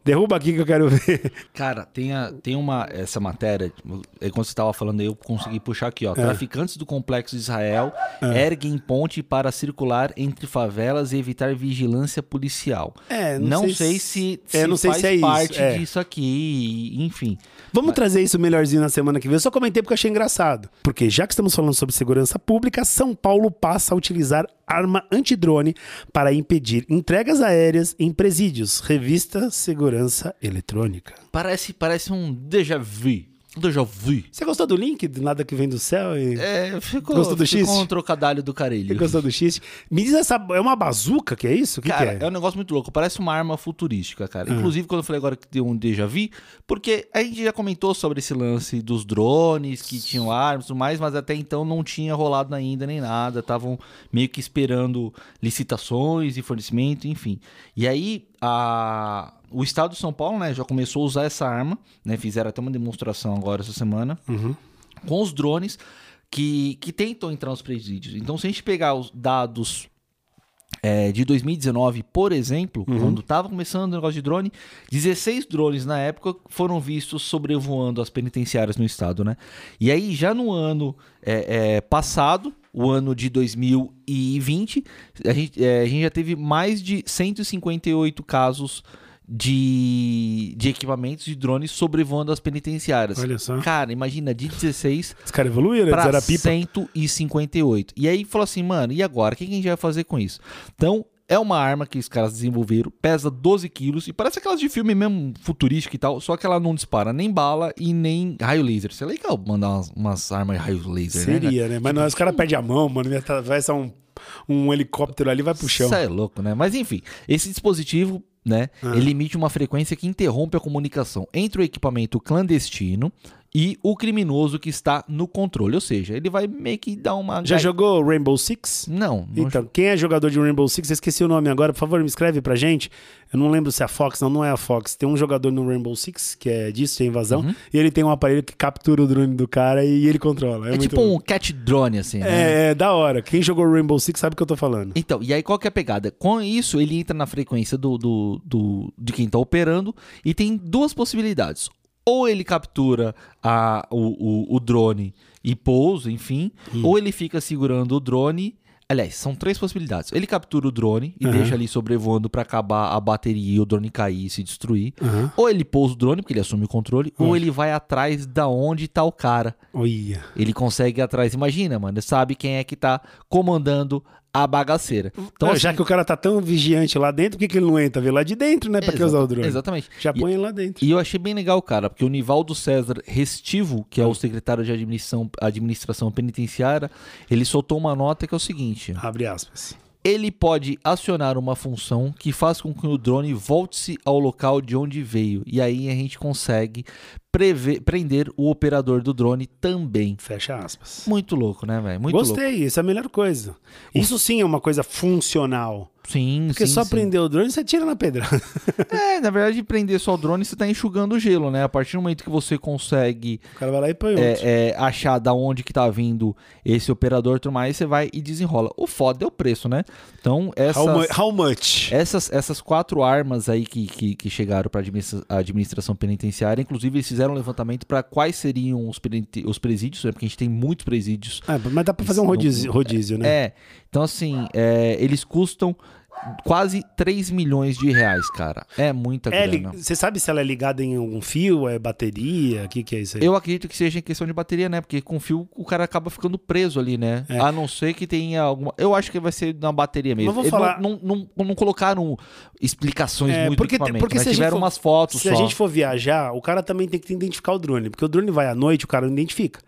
derruba aqui que eu quero ver.
Cara, tem, a- tem uma. Essa matéria, é quando você tava falando aí, eu consegui puxar
É.
aqui, ó. Traficantes do Complexo de Israel erguem ponte para circular entre favelas e evitar vigilância policial.
É,
Não, sei, se,
é, não sei
faz
se é isso,
parte
é.
disso aqui, enfim.
Vamos trazer isso melhorzinho na semana que vem. Eu só comentei porque eu achei engraçado. Porque já que estamos falando sobre segurança pública, São Paulo passa a utilizar arma antidrone para impedir entregas aéreas em presídios. Revista Segurança Eletrônica.
Parece, parece um déjà vu. Um déjà vu.
Você gostou do link do Nada Que Vem do Céu? E...
É, ficou,
Gostou do
ficou
xiste?
um trocadilho do
Você
carelho.
gostou do xiste? Me diz essa... É uma bazuca que é isso? O que,
Cara,
que
é um negócio muito louco. Parece uma arma futurística, cara.
Ah.
Inclusive, quando eu falei agora que deu um déjà vu, porque a gente já comentou sobre esse lance dos drones que tinham armas e tudo mais, mas até então não tinha rolado ainda nem nada. Estavam meio que esperando licitações e fornecimento, enfim. E aí, a- o estado de São Paulo, né, já começou a usar essa arma, né? Fizeram até uma demonstração agora essa semana
Uhum.
com os drones que, que tentam entrar nos presídios. Então, se a gente pegar os dados é, de 2019, por exemplo, quando estava começando o negócio de drone, 16 drones na época foram vistos sobrevoando as penitenciárias no estado, né? E aí, já no ano é, é, passado, o ano de 2020, a gente, é, a gente já teve mais de 158 casos de, de equipamentos de drones sobrevoando as penitenciárias.
Olha só.
Cara, imagina, de 16
Os caras evoluíram, eles
para
eram pipa.
158. E aí falou assim, mano, e agora? O que a gente vai fazer com isso? Então, é uma arma que os caras desenvolveram, pesa 12 quilos e parece aquelas de filme mesmo futurístico e tal, só que ela não dispara nem bala e nem raio laser. Seria legal mandar umas, umas armas de raio laser, né? cara?
Seria, né? Mas não, os caras perdem a mão, mano. Ele atravessa um, um helicóptero ali vai pro chão.
Isso é louco, né? Mas enfim, esse dispositivo, né,
Ah.
ele emite uma frequência que interrompe a comunicação entre o equipamento clandestino e o criminoso que está no controle. Ou seja, ele vai meio que dar uma.
Já jogou Rainbow Six?
Não, não
Então, quem é jogador de Rainbow Six, eu esqueci o nome agora, por favor, me escreve pra gente. Eu não lembro se é a Fox, não, não é a Fox. Tem um jogador no Rainbow Six, que é disso, tem invasão,
Uhum.
e ele tem um aparelho que captura o drone do cara e ele controla. É,
É
muito
tipo
bom.
um cat drone, assim, né?
É, é, da hora. Quem jogou Rainbow Six sabe o que eu tô falando.
Então, e aí qual que é a pegada? Com isso, ele entra na frequência do, do, do- de quem tá operando e tem duas possibilidades. Ou ele captura a, o, o, o drone e pousa, enfim,
Hum.
ou ele fica segurando o drone. Aliás, são três possibilidades. Ele captura o drone e
Aham.
deixa ali sobrevoando pra acabar a bateria e o drone cair e se destruir.
Aham.
Ou ele pousa o drone, porque ele assume o controle,
Hum.
ou ele vai atrás da onde tá o cara.
Olha.
Ele consegue ir atrás, imagina, mano, sabe quem é que tá comandando a bagaceira. Então,
Não, já que o cara tá tão vigiante lá dentro, por que, que ele não entra? Vê lá de dentro, né? Pra que usar o drone?
Exatamente.
Já põe lá dentro.
E eu achei bem legal, cara, porque o Nivaldo César Restivo, que é o secretário de administração, administração penitenciária, ele soltou uma nota que é o seguinte:
Abre aspas.
ele pode acionar uma função que faz com que o drone volte-se ao local de onde veio. E aí a gente consegue prever- prender o operador do drone também.
Fecha aspas.
Muito louco, né, velho? Muito louco.
Gostei, isso é a melhor coisa. Isso sim é uma coisa funcional.
Sim,
Porque
sim,
só
sim.
prender o drone, você tira na pedra.
É, na verdade, prender só o drone, você tá enxugando o gelo, né? A partir do momento que você consegue
O cara vai lá e põe outro.
é, é, achar da onde que tá vindo esse operador e tudo mais, você vai e desenrola. O foda é o preço, né? Então, essas,
How, mu- how much?
essas, essas quatro armas aí que, que, que chegaram pra administra- a administração penitenciária, inclusive, eles fizeram um levantamento para quais seriam os, penite- os presídios, né? Porque a gente tem muitos presídios
Ah, mas dá pra fazer um
Não-
rodízio, rodízio, né?
é, então assim, é, eles custam quase 3 milhões de reais, cara. É muita
É li-
grana.
Você sabe se ela é ligada em algum fio, é bateria? O que, que é isso aí?
Eu acredito que seja em questão de bateria, né? Porque com fio o cara acaba ficando preso ali, né? A não ser que tenha alguma. Eu acho que vai ser na bateria mesmo.
É. Mas vou
Eles não-
falar-
não, não, não, colocaram explicações
É,
muito
porque-
porque, equipamento,
porque
né?
se a gente
Tiveram
for-
umas fotos
Se
só.
a gente for viajar, o cara também tem que identificar o drone, porque o drone vai à noite, o cara não identifica.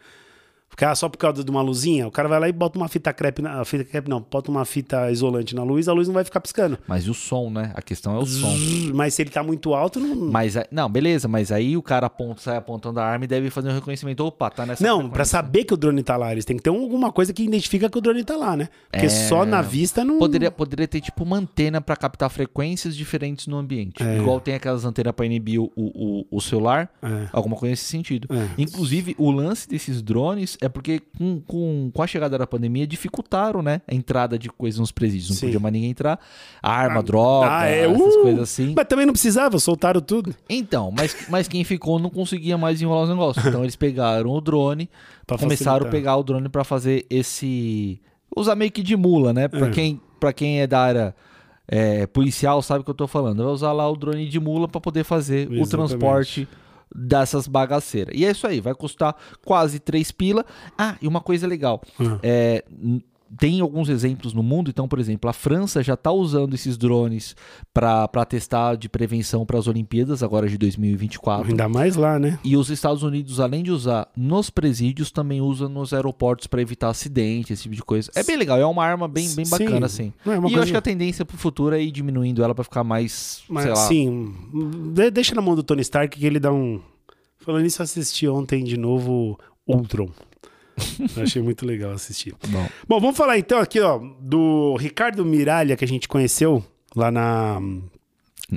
Porque, ah, só por causa de uma luzinha, o cara vai lá e bota uma fita crepe, na, fita crepe não, bota uma fita isolante na luz, a luz não vai ficar piscando.
Mas e o som, né? A questão é o som.
Zzz, Mas se ele tá muito alto, não.
Mas aí- não, beleza, mas aí o cara aponta, sai apontando a arma e deve fazer um reconhecimento. Opa, tá nessa.
Não, pra
frequência.
saber que o drone tá lá, eles têm que ter alguma coisa que identifica que o drone tá lá, né? Porque
É.
só na vista não.
Poderia, poderia ter, tipo, uma antena pra captar frequências diferentes no ambiente.
É.
Igual tem aquelas antenas pra inibir o, o, o celular,
É.
alguma coisa nesse sentido.
É.
Inclusive, o lance desses drones é porque, com, com, com a chegada da pandemia, dificultaram, né? A entrada de coisas nos presídios. Não
Sim.
podia mais ninguém entrar. Arma, droga,
ah, é,
essas
uh!
coisas assim.
Mas também não precisava, soltaram tudo
Então, mas, mas quem ficou não conseguia mais desenrolar os negócios. Então, eles pegaram o drone
Pra
começaram
facilitar.
a pegar o drone pra fazer esse usar meio que de mula, né? Pra
É.
quem para quem é da área é, policial sabe o que eu tô falando. Vai usar lá o drone de mula pra poder fazer o
Exatamente.
transporte dessas bagaceiras. E é isso aí, vai custar quase 3 pila. Ah, e uma coisa legal.
Ah.
É, n- tem alguns exemplos no mundo, então, por exemplo, a França já tá usando esses drones pra pra testar de prevenção pras Olimpíadas agora de 2024.
Ainda mais lá, né?
E os Estados Unidos, além de usar nos presídios, também usa nos aeroportos para evitar acidente, esse tipo de coisa. É bem legal, é uma arma bem, bem
Sim.
bacana, assim.
Não, é
e
uma
eu
coisa-
acho que a tendência pro futuro é ir diminuindo ela para ficar mais,
Mas
sei lá.
sim, de- deixa na mão do Tony Stark que ele dá um. Falando nisso, eu assisti ontem de novo Ultron. Eu achei muito legal assistir.
Bom,
Bom, vamos falar então aqui, ó, do Ricardo Miralha, que a gente conheceu lá na. hum,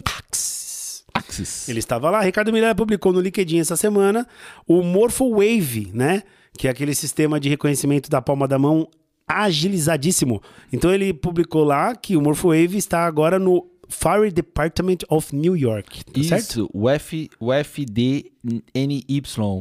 Axis.
Axis.
Ele estava lá. Ricardo Miralha publicou no LinkedIn essa semana o Morpho Wave, né? Que é aquele sistema de reconhecimento da palma da mão agilizadíssimo. Então ele publicou lá que o Morphwave está agora no Fire Department of New York, tá
Isso,
certo?
o, F, o FDNY,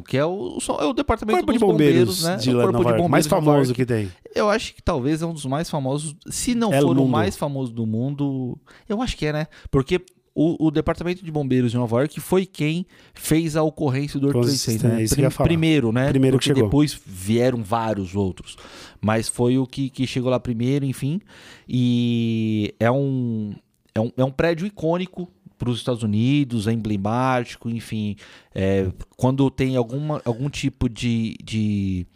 que é o, so- é o departamento
Corpo de
dos
bombeiros,
bombeiros, né?
de
o
lá,
corpo
Nova
de
York,
bombeiros
mais
de Nova
famoso
York.
que tem.
Eu acho que talvez é um dos mais famosos, se não
É o
for o
mundo.
mais famoso do mundo, eu acho que é, né? Porque o, o departamento de bombeiros de Nova York foi quem fez a ocorrência do World Trade Center,
É
né?
isso que eu ia falar.
Primeiro, né?
Primeiro que
Porque
chegou.
depois vieram vários outros, mas foi o que, que chegou lá primeiro, enfim. E é um é um, é um prédio icônico para os Estados Unidos, é emblemático, enfim. É, quando tem alguma, algum tipo de, de,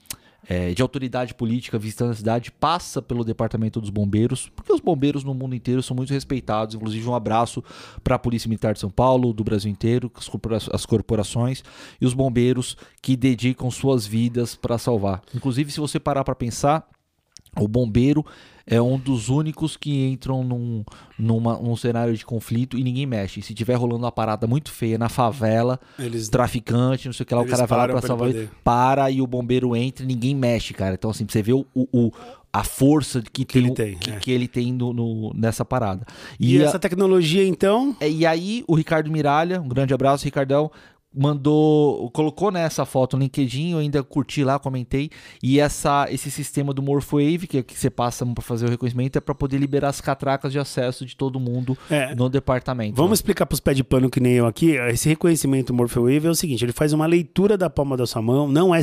é, de autoridade política visitando a cidade, passa pelo Departamento dos Bombeiros, porque os bombeiros no mundo inteiro são muito respeitados. Inclusive, um abraço para a Polícia Militar de São Paulo, do Brasil inteiro, as corpora- as corporações e os bombeiros que dedicam suas vidas para salvar. Inclusive, se você parar para pensar, o bombeiro é um dos únicos que entram num, numa- num cenário de conflito e ninguém mexe. Se tiver rolando uma parada muito feia na favela,
Eles
traficante, não sei o que lá,
Eles
o cara vai lá
param
pra
pra
salvar.
ele
ele, Para e o bombeiro entra e ninguém mexe, cara. Então, assim, pra você vê o, o- o- a força que, tem,
ele
o-
tem,
que,
é.
que ele tem no, no- nessa parada.
E,
E, a-
essa tecnologia, então,
é, e aí, o Ricardo Miralha, um grande abraço, Ricardão, mandou, colocou né, essa foto no LinkedIn, eu ainda curti lá, comentei, e essa, esse sistema do Morphwave, que, é o que você passa pra fazer o reconhecimento, é pra poder liberar as catracas de acesso de todo mundo
É.
no departamento.
vamos explicar pros pés de pano que nem eu aqui. Esse reconhecimento Morphewave é o seguinte: ele faz uma leitura da palma da sua mão, não é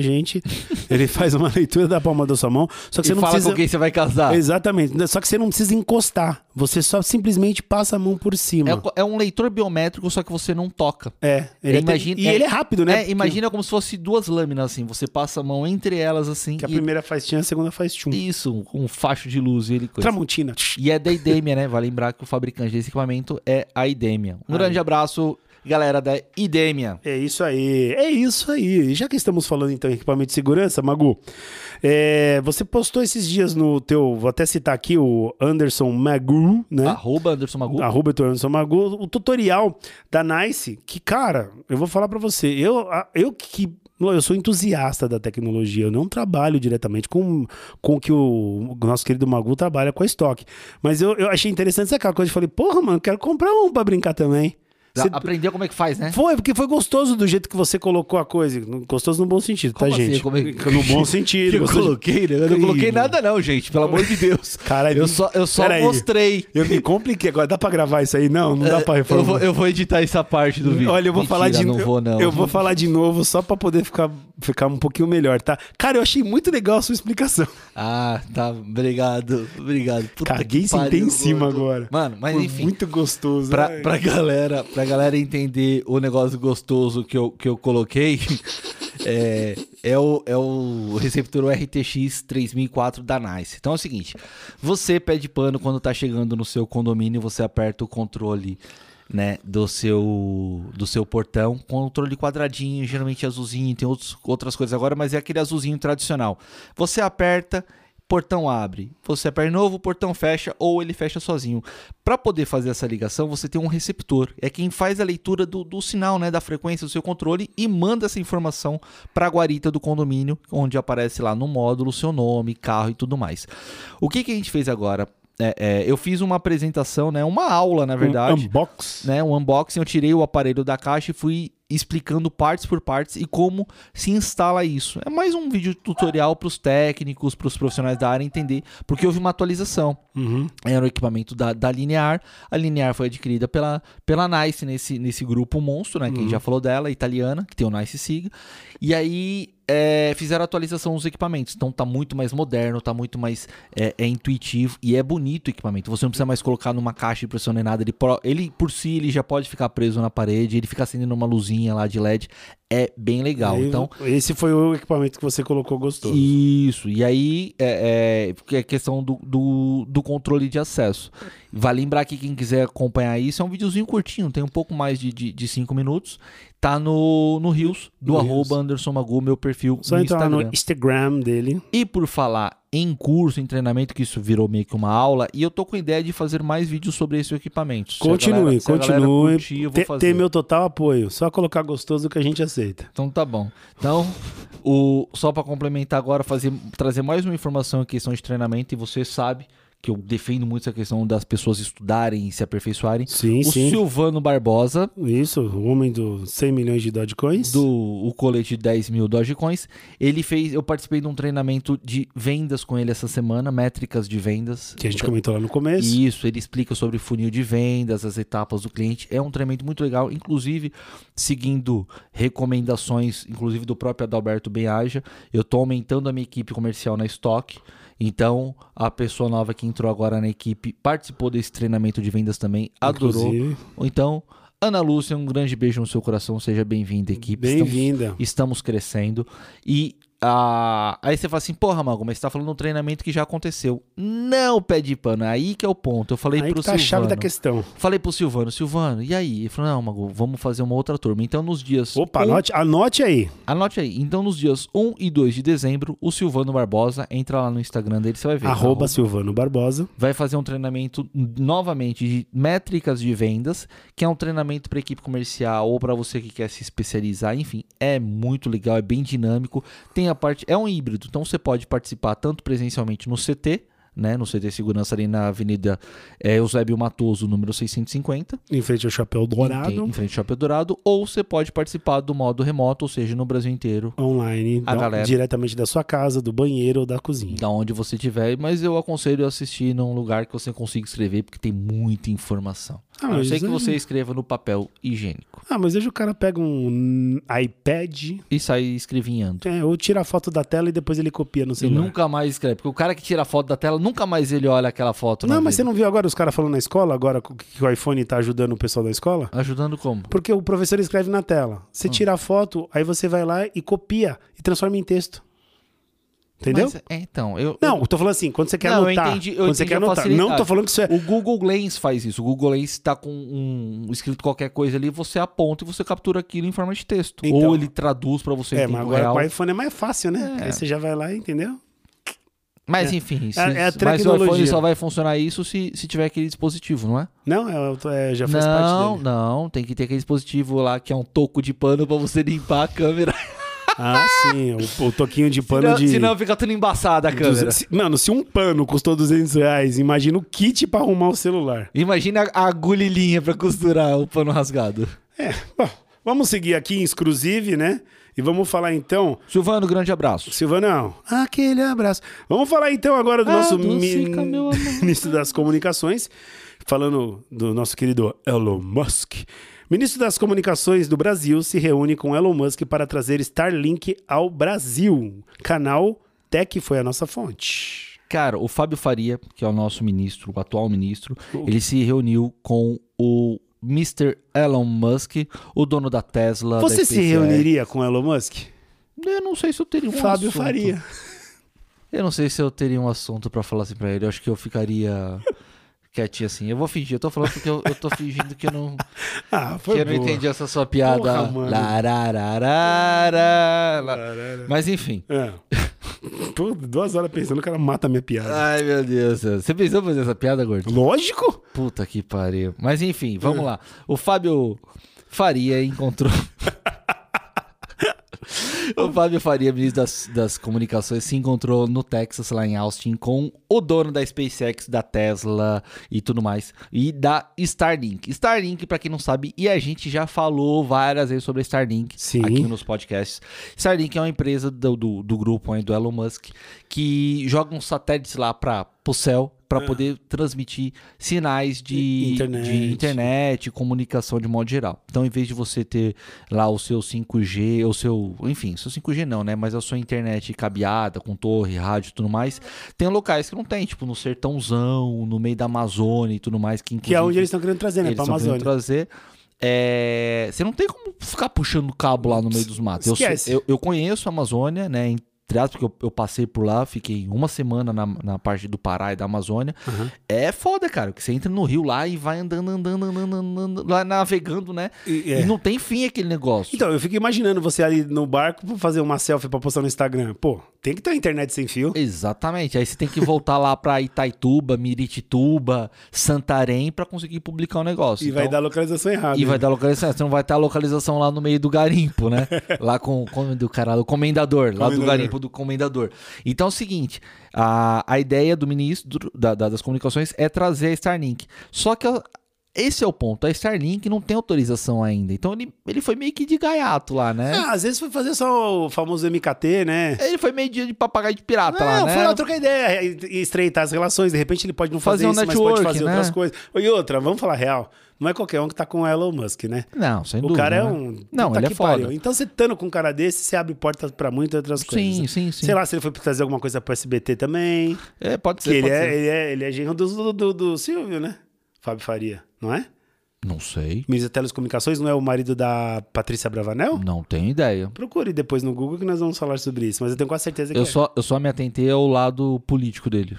gente. ele faz uma leitura da palma da sua mão, só
E
que você não
fala
precisa.
com quem tá. você vai casar.
Exatamente. Só que você não precisa encostar. Você só simplesmente passa a mão por cima.
É, co- é um leitor biométrico, só que você não toca.
É,
É,
ele é,
imagina-
e
é-
ele é rápido, né?
É, imagina como se fosse duas lâminas, assim. Você passa a mão entre elas, assim.
Que é a
e-
primeira faz tchan, a segunda faz tchum.
Isso, com um facho de luz e ele coisa.
Tramontina.
E é da Idemia, né? Vale lembrar que o fabricante desse equipamento é a Idemia. Um
Aí.
grande abraço, galera da Idemia.
É isso aí, é isso aí. E Já que estamos falando então em equipamento de segurança, Magu, é, você postou esses dias no teu, vou até citar aqui o Anderson Magu, né?
Arroba Anderson Ah, Magu.
Arroba Heitor Anderson Magu, o tutorial da Nice, que, cara, eu vou falar pra você, eu, a- eu que. Eu sou entusiasta da tecnologia, eu não trabalho diretamente com, com o que o, o nosso querido Magu trabalha com a estoque. Mas eu, eu achei interessante essa aquela coisa. Eu falei, porra, mano, quero comprar um pra brincar também.
Já
Você-
Aprendeu como é que faz, né?
Foi, porque foi gostoso do jeito que você colocou a coisa. Gostoso no bom sentido,
Como
tá,
assim?
gente?
Como é que-
No bom sentido. gostoso de-
né? Eu
Ih.
não, gente. Pelo amor de Deus.
Caralho,
Eu só, eu só
peraí.
mostrei.
Eu me compliquei agora. Dá pra gravar isso aí? Não, não dá pra
Eu vou,
reformar.
eu vou editar essa parte do vídeo.
Olha, É, eu vou
Mentira,
falar de
Não
eu-
vou, não.
Eu vou falar de novo só pra poder ficar, ficar um pouquinho melhor, tá? Cara, eu achei muito legal a sua explicação.
Ah, tá. Obrigado. Obrigado. Puta
Caguei
que
sem ter
pariu,
em cima
gordo.
agora.
Mano, mas
Foi
enfim.
muito gostoso. né?
Pra,
Ai.
pra, galera, pra galera entender o negócio gostoso que eu, que eu coloquei, é, é, o, é o receptor RTX 3004 da Nice. Então é o seguinte: você pede pano quando tá chegando no seu condomínio, você aperta o controle. Né, do seu do seu portão, controle quadradinho, geralmente azulzinho, tem outros, outras coisas agora, mas é aquele azulzinho tradicional. Você aperta, portão abre. Você aperta de novo, o portão fecha ou ele fecha sozinho. Para poder fazer essa ligação, você tem um receptor. É quem faz a leitura do, do sinal, né, da frequência do seu controle e manda essa informação para a guarita do condomínio, onde aparece lá no módulo seu nome, carro e tudo mais. O que, que a gente fez agora? É, é, eu fiz uma apresentação, né, uma aula, na verdade
Um unbox.
né, um unboxing, eu tirei o aparelho da caixa e fui explicando partes por partes e como se instala isso. É mais um vídeo tutorial para os técnicos, para os profissionais da área entender, porque houve uma atualização.
Uhum.
Era o equipamento da, da Linear. A Linear foi adquirida pela, pela Nice nesse, nesse grupo monstro, né? Quem já falou dela, italiana, que tem o Nice Siga. E aí é, fizeram a atualização dos equipamentos. Então tá muito mais moderno, tá muito mais é, é intuitivo e é bonito o equipamento. Você não precisa mais colocar numa caixa de pressão nem nada. Ele, pro- ele por si ele já pode ficar preso na parede, ele fica acendendo uma luzinha lá de LED. É bem legal.
Aí,
então,
Esse foi o equipamento que você colocou gostoso.
isso, e aí é, é, porque é questão do, do, do controle de acesso. Vale lembrar que quem quiser acompanhar isso é um videozinho curtinho, tem um pouco mais de 5 de, de cinco minutos. Tá no, no Rios, do
No Reels.
arroba Anderson Magu, meu perfil
Só
no
entrar lá
Instagram.
no Instagram dele.
E por falar em curso, em treinamento, que isso virou meio que uma aula. E eu tô com a ideia de fazer mais vídeos sobre esse equipamento. Se a
Continue,
galera- se a galera
continue.
curtir, eu vou
Te-
fazer.
Tem meu total apoio. Só colocar gostoso que a gente aceita.
Então tá bom. Então, o, só pra complementar agora, fazer, trazer mais uma informação em questão de treinamento, e você sabe que eu defendo muito essa questão das pessoas estudarem e se aperfeiçoarem.
Sim,
o
sim.
Silvano Barbosa,
Isso, o homem dos 100 milhões de Dogecoins.
do o colete de 10 mil Dogecoins, ele fez. Eu participei de um treinamento de vendas com ele essa semana, métricas de vendas.
Que a gente comentou lá no começo.
Isso, ele explica sobre funil de vendas, as etapas do cliente. É um treinamento muito legal, inclusive seguindo recomendações, inclusive do próprio Adalberto Benhaja. Eu tô aumentando a minha equipe comercial na estoque. Então, a pessoa nova que entrou agora na equipe participou desse treinamento de vendas também, adorou.
Inclusive,
Então, Ana Lúcia, um grande beijo no seu coração, seja bem-vinda, equipe. Estamos-
Bem-vinda.
estamos crescendo. E ah, aí você fala assim, porra, Mago, mas você tá falando de um treinamento que já aconteceu. Não, pé de pano, aí que é o ponto. Eu falei
Aí
pro
que tá a chave
Silvano.
da questão.
Falei pro Silvano, Silvano, e aí? Ele falou, não, Mago, vamos fazer uma outra turma. Então, nos dias.
Opa,
um-
anote, anote aí.
anote aí. Então, nos dias 1 e 2 de dezembro, o Silvano Barbosa entra lá no Instagram dele, você vai ver.
Arroba Silvano Barbosa.
Vai fazer um treinamento novamente de métricas de vendas, que é um treinamento para equipe comercial ou para você que quer se especializar, enfim, é muito legal, é bem dinâmico. Tem a parte, é um híbrido, então você pode participar tanto presencialmente no CT, né, no CT Segurança ali na Avenida eh, Eusébio Matoso, número 650,
Em frente ao Chapéu
em,
Dourado.
em frente ao Shopping Dourado, ou você pode participar do modo remoto, ou seja, no Brasil inteiro,
Online.
A
da-
galera.
Diretamente da sua casa, do banheiro ou da cozinha.
da onde você estiver, mas eu aconselho a assistir num lugar que você consiga escrever, porque tem muita informação.
Ah,
A não ser que
aí-
você escreva no papel higiênico.
Ah, mas hoje o cara pega um iPad
E sai escrevinhando.
é, ou tira a foto da tela e depois ele copia no
E
celular.
nunca mais escreve. Porque o cara que tira a foto da tela, nunca mais ele olha aquela foto.
Não,
na
mas você
vida.
não viu agora os caras falando na escola, agora que o iPhone tá ajudando o pessoal da escola?
Ajudando como?
Porque o professor escreve na tela.
Ah.
Você tira a foto, aí você vai lá e copia e transforma em texto. Entendeu?
Mas, é, então, eu...
Não, eu tô falando assim, quando você quer
Não, eu
anotar.
entendi- eu
quando você
entendi
quer
a
anotar.
facilidade.
Não tô falando que isso é.
O Google Lens faz isso. O Google Lens tá com um escrito qualquer coisa ali, você aponta e você captura aquilo em forma de texto.
Então-
Ou ele traduz pra você
É,
em
mas
tempo
agora
real.
com o iPhone é mais fácil, né? Aí você já vai lá, entendeu?
Mas enfim, se-
é a
mas o iPhone
tecnologia.
só vai funcionar isso se, se tiver aquele dispositivo, não é?
Não, é- é- já faz parte
não,
dele.
não, tem que ter aquele dispositivo lá que é um toco de pano pra você limpar a câmera.
Ah, sim. O, o toquinho de pano
Senão,
de.
senão fica tudo embaçada a câmera.
Duze- se- Mano, se um pano custou 200 reais, imagina o kit pra arrumar o celular.
Imagina a agulhinha pra costurar o pano rasgado.
É, bom, vamos seguir aqui, exclusive, né? E vamos falar então,
Silvano, grande abraço.
Silvanão, aquele abraço. Vamos falar então agora do
Ah,
nosso
dulcica, meu amor.
ministro das comunicações, falando do nosso querido Elon Musk. Ministro das Comunicações do Brasil se reúne com Elon Musk para trazer Starlink ao Brasil. Canal Tech foi a nossa fonte.
Cara, o Fábio Faria, que é o nosso ministro, o atual ministro, ele se reuniu com o Mr. Elon Musk, o dono da Tesla. da
Você se
SpaceX.
reuniria com Elon Musk?
Eu não sei se eu teria um
Fábio
assunto.
Faria.
Eu não sei se eu teria um assunto pra falar assim pra ele. Eu acho que eu ficaria quietinho assim. Eu vou fingir, eu tô falando porque eu, eu tô fingindo que eu não,
Ah, foi
que eu não
boa.
entendi essa sua piada.
Porra, mano.
Larararara, la-
Caralho.
Mas enfim.
É. Pô, duas horas pensando, o cara mata a minha piada.
Ai, meu Deus. Você pensou em fazer essa piada, gordo?
Lógico.
Puta que pariu. Mas enfim, vamos lá. O Fábio Faria encontrou. O Fábio Faria, ministro das, das comunicações, se encontrou no Texas, lá em Austin, com o dono da SpaceX, da Tesla e tudo mais, e da Starlink. Starlink, pra quem não sabe, e a gente já falou várias vezes sobre a Starlink
Sim.
aqui nos podcasts. Starlink é uma empresa do, do, do grupo aí, do Elon Musk, que joga uns satélites lá para o céu para poder transmitir sinais de
É. Internet.
de internet, comunicação de modo geral. Então, em vez de você ter lá o seu 5G, o seu, enfim, seu 5G não, né? Mas a sua internet cabeada, com torre, rádio e tudo mais, tem locais que não tem, tipo no sertãozão, no meio da Amazônia e tudo mais, que
Que é onde
inclusive
eles estão querendo trazer, né?
eles
pra
tão querendo
Amazônia.
trazer. É, Você não tem como ficar puxando cabo lá no meio dos matos. Eu,
Esquece.
eu- eu conheço a Amazônia, né? em- entre aspas, porque eu, eu passei por lá, fiquei uma semana na, na parte do Pará e da Amazônia. É foda, cara, que você entra no rio lá e vai andando, andando, andando, andando, andando, lá navegando, né?
E-
E,
é.
não tem fim aquele negócio.
Então, eu fico imaginando você ali no barco pra fazer uma selfie pra postar no Instagram. Pô, tem que ter internet sem fio.
Exatamente. Aí você tem que voltar lá pra Itaituba, Miritituba, Santarém pra conseguir publicar o negócio.
E vai
Então-
dar localização errada. né?
E vai dar localização. Você não vai ter a localização lá no meio do garimpo, né? lá com, com do caralho, o comendador, lá do
Comendador.
garimpo do comendador. Então é o seguinte: a, a ideia do ministro da- da- das comunicações é trazer a Starlink. Só que a- esse é o ponto. A Starlink não tem autorização ainda. Então ele, ele foi meio que de gaiato lá, né?
Ah, às vezes foi fazer só o famoso MKT, né?
Ele foi meio de, de papagaio de pirata lá,
Não,
né?
foi lá trocar ideia e e estreitar as relações. De repente ele pode não fazer,
Fazer um
isso, mas
network,
pode fazer
né?
outras coisas. E outra, vamos falar real. Não é qualquer um que tá com o Elon Musk, né?
Não, sem
O
dúvida.
cara é
né?
um.
Não,
Puta
ele é
que
foda.
Então, você estando com um cara desse, você abre portas pra muitas outras coisas.
Sim, sim, sim.
Sei lá se ele foi trazer alguma coisa pro SBT também.
É, pode
Que
ser.
ele
pode
é,
ser.
ele é, ele é genro do, do, do- do Silvio, né? Fábio Faria, não é?
Não sei.
Ministro da Telecomunicações não é o marido da Patrícia Bravanel?
Não tenho ideia.
Procure depois no Google que nós vamos falar sobre isso, mas eu tenho quase certeza que
Eu
é.
só, eu só me atentei ao lado político dele.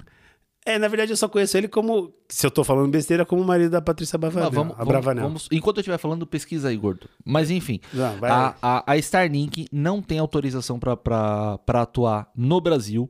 É, na verdade eu só conheço ele como, se eu tô falando besteira, como o marido da Patrícia Bravanel.
Ah, vamos,
a
vamos-
Bravanel.
vamos- enquanto eu estiver falando, pesquisa aí, gordo. Mas enfim,
Não, vai
a,
aí.
a, a Starlink não tem autorização para atuar no Brasil.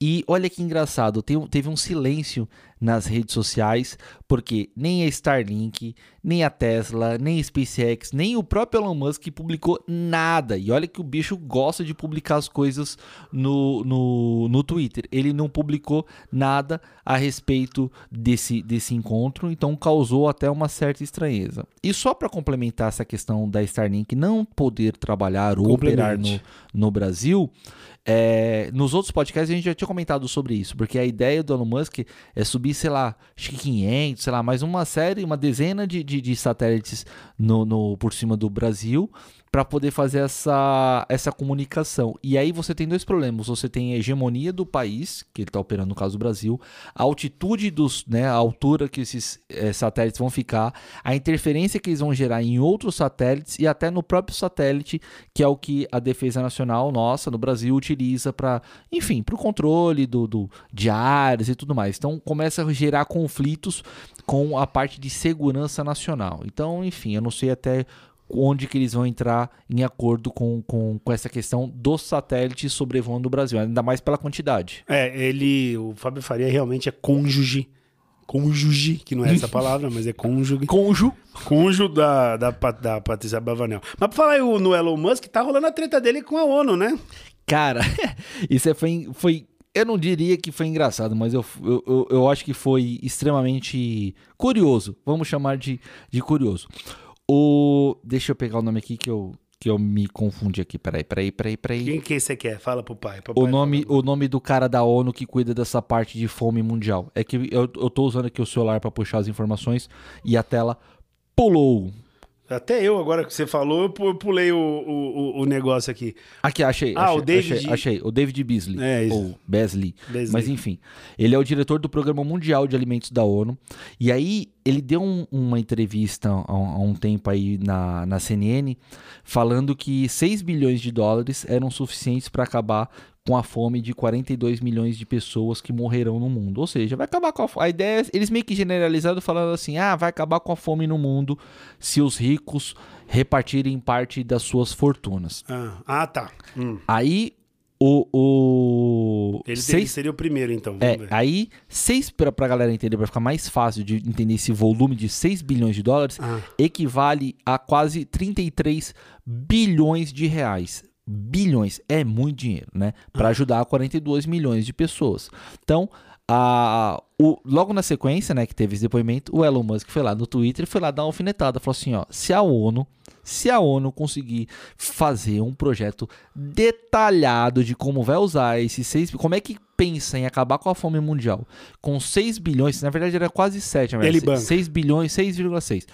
E olha que engraçado, tem um- teve um silêncio nas redes sociais, porque nem a Starlink, nem a Tesla, nem a SpaceX, nem o próprio Elon Musk publicou nada. E olha que o bicho gosta de publicar as coisas no, no, no Twitter. Ele não publicou nada a respeito desse, desse encontro, então causou até uma certa estranheza. E só para complementar essa questão da Starlink não poder trabalhar ou operar no,
Complemente.
no Brasil, é, nos outros podcasts a gente já tinha comentado sobre isso, porque a ideia do Elon Musk é subir, sei lá, acho que 500, sei lá, mais uma série, uma dezena de, de, de satélites no, no- por cima do Brasil para poder fazer essa, essa comunicação. E aí você tem dois problemas. Você tem a hegemonia do país, que ele está operando no caso do Brasil, a altitude dos, né, a altura que esses eh, satélites vão ficar, a interferência que eles vão gerar em outros satélites e até no próprio satélite, que é o que a defesa nacional nossa no Brasil utiliza para, enfim, para o controle do, do de áreas e tudo mais. Então começa a gerar conflitos com a parte de segurança nacional. Então, enfim, eu não sei até onde que eles vão entrar em acordo com, com, com essa questão dos satélites sobrevoando o Brasil, ainda mais pela quantidade.
É, ele, o Fábio Faria realmente é cônjuge. Cônjuge, que não é essa palavra, mas é cônjuge.
Conjo.
Cônjuge da, da, Pa- da Patrícia Bravanel. Mas pra falar aí o- no Elon Musk, tá rolando a treta dele com a ONU, né?
Cara, isso é- foi, foi. Eu não diria que foi engraçado, mas eu, eu, eu- eu acho que foi extremamente curioso. Vamos chamar de, de curioso. O. Deixa eu pegar o nome aqui que eu, que eu me confundi aqui. Peraí, peraí, peraí, peraí.
Quem que você quer? Fala pro pai. Papai
O nome, o nome do cara da ONU que cuida dessa parte de fome mundial. É que eu, eu tô usando aqui o celular pra puxar as informações e a tela pulou.
Até eu, agora que você falou, eu pu- eu pulei o, o, o- o negócio aqui.
Aqui, achei.
Ah,
achei,
o David-
Achei, achei. o David Beasley.
É, isso.
Ou Beasley.
Beasley.
Mas enfim. Ele é o diretor do Programa Mundial de Alimentos da ONU. E aí, ele deu um- uma entrevista há, um- há um tempo aí na, na CNN, falando que 6 bilhões de dólares eram suficientes para acabar com a fome de 42 milhões de pessoas que morrerão no mundo. Ou seja, vai acabar com a fome. A ideia é, eles meio que generalizaram falando assim: ah, vai acabar com a fome no mundo se os ricos repartirem parte das suas fortunas.
Ah, ah, tá. Hum.
Aí o. o
Ele, ele
seis,
seria o primeiro, então. Vamos
é,
ver.
aí, 6 pra, pra galera entender, pra ficar mais fácil de entender esse volume de 6 bilhões de dólares,
Ah.
equivale a quase 33 bilhões de reais. Bilhões é muito dinheiro, né? Pra ajudar 42 milhões de pessoas. Então, a, o- logo na sequência, né, que teve esse depoimento, o Elon Musk foi lá no Twitter e foi lá dar uma alfinetada. Falou assim: ó, se a ONU, se a ONU conseguir fazer um projeto detalhado de como vai usar esses seis. Como é que pensa em acabar com a fome mundial? Com 6 bilhões, na verdade era quase 7, na
Ele
verdade.
banca.
6 bilhões, 6,6.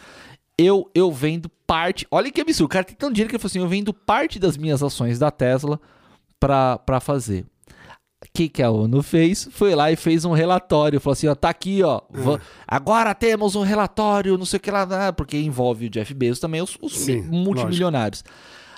Eu, eu vendo parte. Olha que absurdo. O cara tem tanto dinheiro que ele falou assim: eu vendo parte das minhas ações da Tesla pra, pra fazer. O que, que a ONU fez? Foi lá e fez um relatório. Falou assim: ó, tá aqui, ó.
É.
va- Agora temos um relatório, né, não sei o que lá, lá, porque envolve o Jeff Bezos também, os, os
Sim,
multimilionários.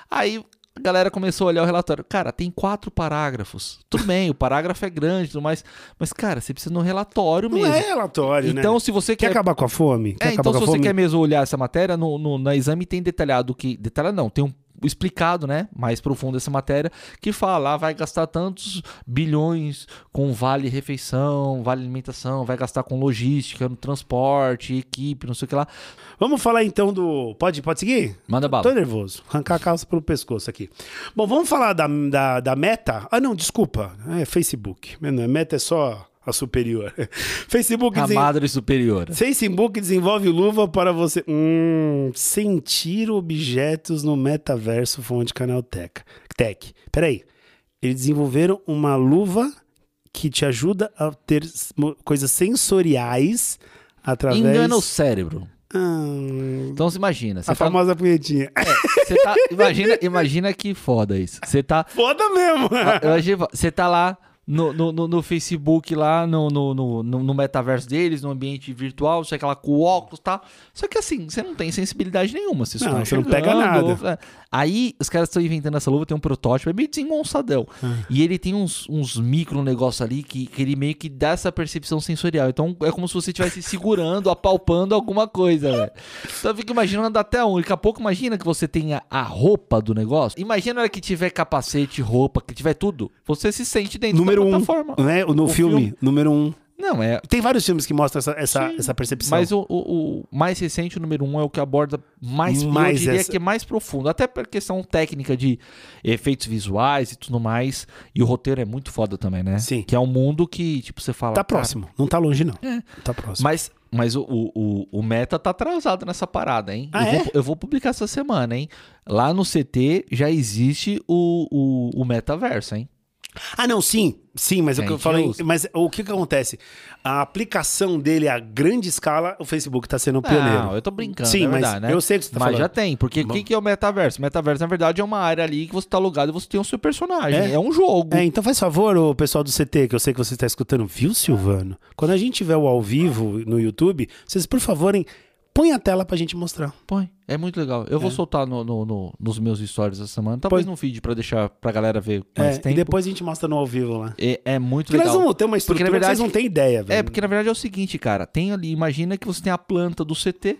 Aí A galera começou a olhar o relatório. Cara, tem quatro parágrafos. Tudo bem, o parágrafo é grande e tudo mais. Mas, cara, você precisa de um relatório
Não
mesmo.
é relatório, né?
então, se você
Quer
quer.
acabar com a fome? Quer
É,
acabar
então,
com
se
a
você
fome?
quer mesmo olhar essa matéria, no, no- na exame tem detalhado que. Detalhado não, tem um explicado, né? Mais profundo essa matéria, que fala, ah, vai gastar tantos bilhões com vale refeição, vale alimentação, vai gastar com logística, no transporte, equipe, não sei o que lá.
Vamos falar então do. Pode, pode seguir?
Manda bala.
Tô nervoso. Arrancar a calça pelo pescoço aqui. Bom, vamos falar da, da, da meta. Ah, não, desculpa. É Facebook. Não, a meta é só a superior. Facebook,
A
desen...
madre superior.
Facebook desenvolve luva para você. Hum, sentir objetos no metaverso fonte canalteca. Tech. Peraí. Eles desenvolveram uma luva que te ajuda a ter s- mo- coisas sensoriais através.
Engana o cérebro.
Hum,
Então você imagina,
a
você tá,
famosa punhetinha. É
você tá- imagina, imagina que foda isso. Você tá,
Foda mesmo!
imagina, você tá lá no, no, no- no Facebook lá no, no, no, no- no metaverso deles, no ambiente virtual, sei lá, com óculos, e tal. Só que assim, você não tem sensibilidade nenhuma, você só
Não,
tá
você não
enxergando,
pega nada.
é. Aí os caras estão inventando essa luva, tem um protótipo, é meio desengonçadão. E ele tem uns, uns micro negócio ali que, que ele meio que dá essa percepção sensorial. Então é como se você estivesse segurando, apalpando alguma coisa, velho. Então fica imaginando até onde. Daqui a pouco imagina que você tenha a roupa do negócio. Imagina na hora que tiver capacete, roupa, que tiver tudo. Você se sente dentro
Número
da
um,
plataforma.
né? No
O
filme,
filme.
número um.
Não, é.
Tem vários filmes que mostram essa, essa, essa percepção.
Mas o, o- o mais recente, o número um, é o que aborda mais,
Mais
eu diria
essa-
que é mais profundo. Até por questão técnica de efeitos visuais e tudo mais. E o roteiro é muito foda também, né?
Sim.
Que é um mundo que, tipo, você fala.
Tá
"Cara, É.
próximo, não tá longe não. Tá próximo.
Mas, mas o, o, o- o Meta tá atrasado nessa parada, hein? eu,
Ah, é?
vou, eu vou publicar essa semana, hein? Lá no CT já existe o, o, o metaverso, hein?
Ah, não, sim. Sim, mas é o que eu
Gente,
falei,
usa.
mas o que que acontece? A aplicação dele é a grande escala, o Facebook tá sendo pioneiro.
Não, eu tô brincando,
Sim,
é
mas
verdade, né?
eu sei o que você tá
Mas
falando.
já tem, porque o
Bom.
que, que é o metaverso? O metaverso, na verdade, é uma área ali que você tá alugado e você tem o seu personagem. É,
É.
um jogo.
É, então faz favor, o pessoal do CT, que eu sei que você está escutando, viu, Silvano? Quando a gente tiver o ao vivo no YouTube, vocês, por favor, hein, põe a tela pra gente mostrar.
Põe. É muito legal. Eu vou soltar no, no- no- nos meus stories essa semana. Talvez
Põe.
num feed pra deixar pra galera ver
É,
mais
e
tempo.
depois um a gente mostra no ao vivo lá.
É, é muito
Porque
legal.
nós vamos ter uma
Porque, na
estrutura que vocês
verdade,
não têm ideia, velho.
É, porque na verdade é o seguinte, cara. Tem ali, imagina que você tem a planta do CT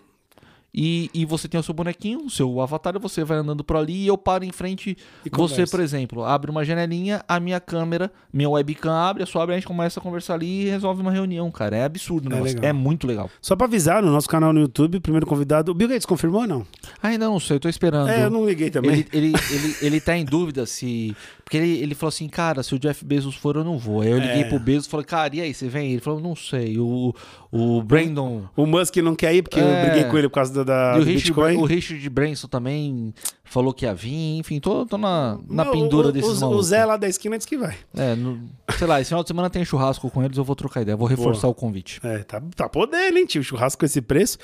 e, e você tem o seu bonequinho, o seu avatar, e você vai andando por ali e eu paro em frente.
E
você,
conversa.
por exemplo, abre uma janelinha, a minha câmera, minha webcam abre, a sua abre, a gente começa a conversar ali e resolve uma reunião, cara. É absurdo,
É
né?
legal.
É, muito legal.
Só pra avisar, no nosso canal no YouTube, o primeiro convidado. O Bill Gates confirmou ou não?
Ainda não sei, eu tô esperando.
É, eu não liguei também.
Ele, ele, ele, ele tá em dúvida se. Porque ele, ele falou assim, cara, se o Jeff Bezos for, eu não vou. Aí eu
É.
liguei pro Bezos e falei, cara, e aí, você vem? Ele falou, não sei. O, o Brandon.
O Musk não quer ir porque
É.
eu briguei com ele por causa da,
E o
da- Ah, do
Richard,
Bitcoin.
o Richard Branson também falou que ia vir, enfim, tô, tô na, na
Não,
pendura
o,
desses
o, o
malucos.
Zé lá da esquina disse que vai.
É, no- sei lá, esse final de semana tem churrasco com eles, eu vou trocar ideia, vou reforçar o convite.
É, tá, tá podendo, hein, tio? Churrasco com esse preço.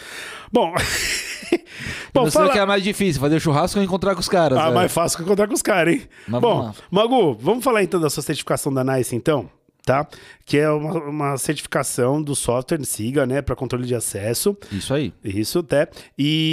Bom.
Bom,
Bom,
eu sei
fala.
que é mais difícil, fazer churrasco ou encontrar com os caras. é
Ah,
velho.
mais fácil que encontrar com os caras, hein?
Mas
Bom,
vamos lá.
Magu, vamos falar então da sua certificação da NICE, então, tá? Que é uma, uma certificação do software SIGA, né, para controle de acesso.
Isso aí.
Isso, até.